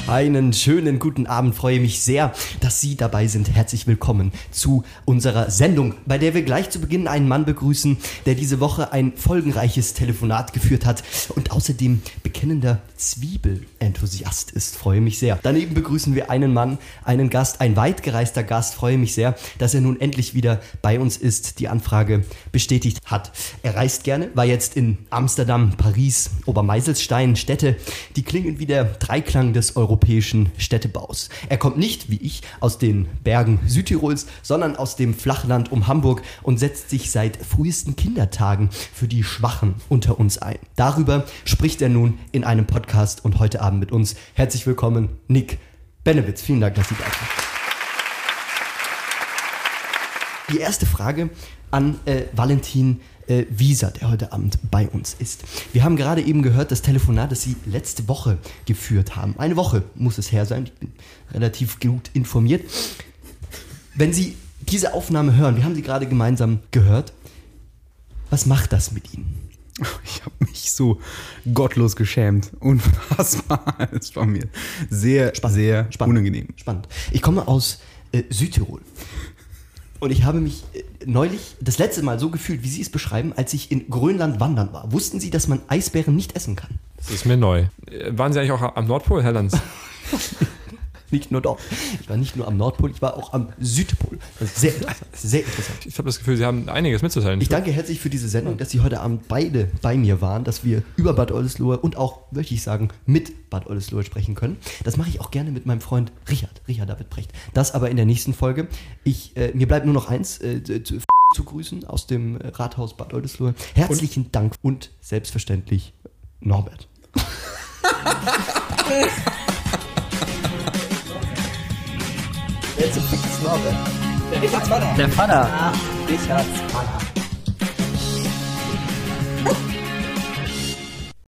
Speaker 2: Einen schönen guten Abend, freue mich sehr, dass Sie dabei sind. Herzlich willkommen zu unserer Sendung, bei der wir gleich zu Beginn einen Mann begrüßen, der diese Woche ein folgenreiches Telefonat geführt hat und außerdem bekennender Zwiebelenthusiast ist. Freue mich sehr. Daneben begrüßen wir einen Mann, einen Gast, ein weitgereister Gast. Freue mich sehr, dass er nun endlich wieder bei uns ist, die Anfrage bestätigt hat. Er reist gerne, war jetzt in Amsterdam, Paris, Obermeiselstein, Städte, die klingen wie der Dreiklang des europäischen Städtebaus. Er kommt nicht, wie ich, aus den Bergen Südtirols, sondern aus dem Flachland um Hamburg und setzt sich seit frühesten Kindertagen für die Schwachen unter uns ein. Darüber spricht er nun in einem Podcast und heute Abend mit uns. Herzlich willkommen, Nick Benewitz. Vielen Dank, dass Sie da sind. Die erste Frage an äh, Valentin äh, Wieser, der heute Abend bei uns ist. Wir haben gerade eben gehört, das Telefonat, das Sie letzte Woche geführt haben. Eine Woche muss es her sein. Ich bin relativ gut informiert. Wenn Sie diese Aufnahme hören, wir haben sie gerade gemeinsam gehört, was macht das mit Ihnen?
Speaker 5: Ich habe mich so gottlos geschämt. Unfassbar. Es war mir sehr, sehr
Speaker 2: Spannend.
Speaker 5: unangenehm.
Speaker 2: Spannend. Ich komme aus äh, Südtirol. Und ich habe mich äh, neulich das letzte Mal so gefühlt, wie Sie es beschreiben, als ich in Grönland wandern war. Wussten Sie, dass man Eisbären nicht essen kann?
Speaker 1: Das ist mir neu. Äh, Waren Sie eigentlich auch am Nordpol, Herr Lanz?
Speaker 2: Nicht nur dort. Ich war nicht nur am Nordpol, ich war auch am Südpol. Das ist sehr interessant. Sehr interessant.
Speaker 1: Ich habe das Gefühl, Sie haben einiges mitzuteilen.
Speaker 2: Ich danke herzlich für diese Sendung, dass Sie heute Abend beide bei mir waren, dass wir über Bad Oldesloe und auch, möchte ich sagen, mit Bad Oldesloe sprechen können. Das mache ich auch gerne mit meinem Freund Richard, Richard David Brecht. Das aber in der nächsten Folge. Ich, äh, mir bleibt nur noch eins äh, zu- zu, zu grüßen aus dem äh, Rathaus Bad Oldesloe. Herzlichen Dank und selbstverständlich Norbert. Jetzt ist Norbert. Der Richards Vater. Der Vater. Richards Vater.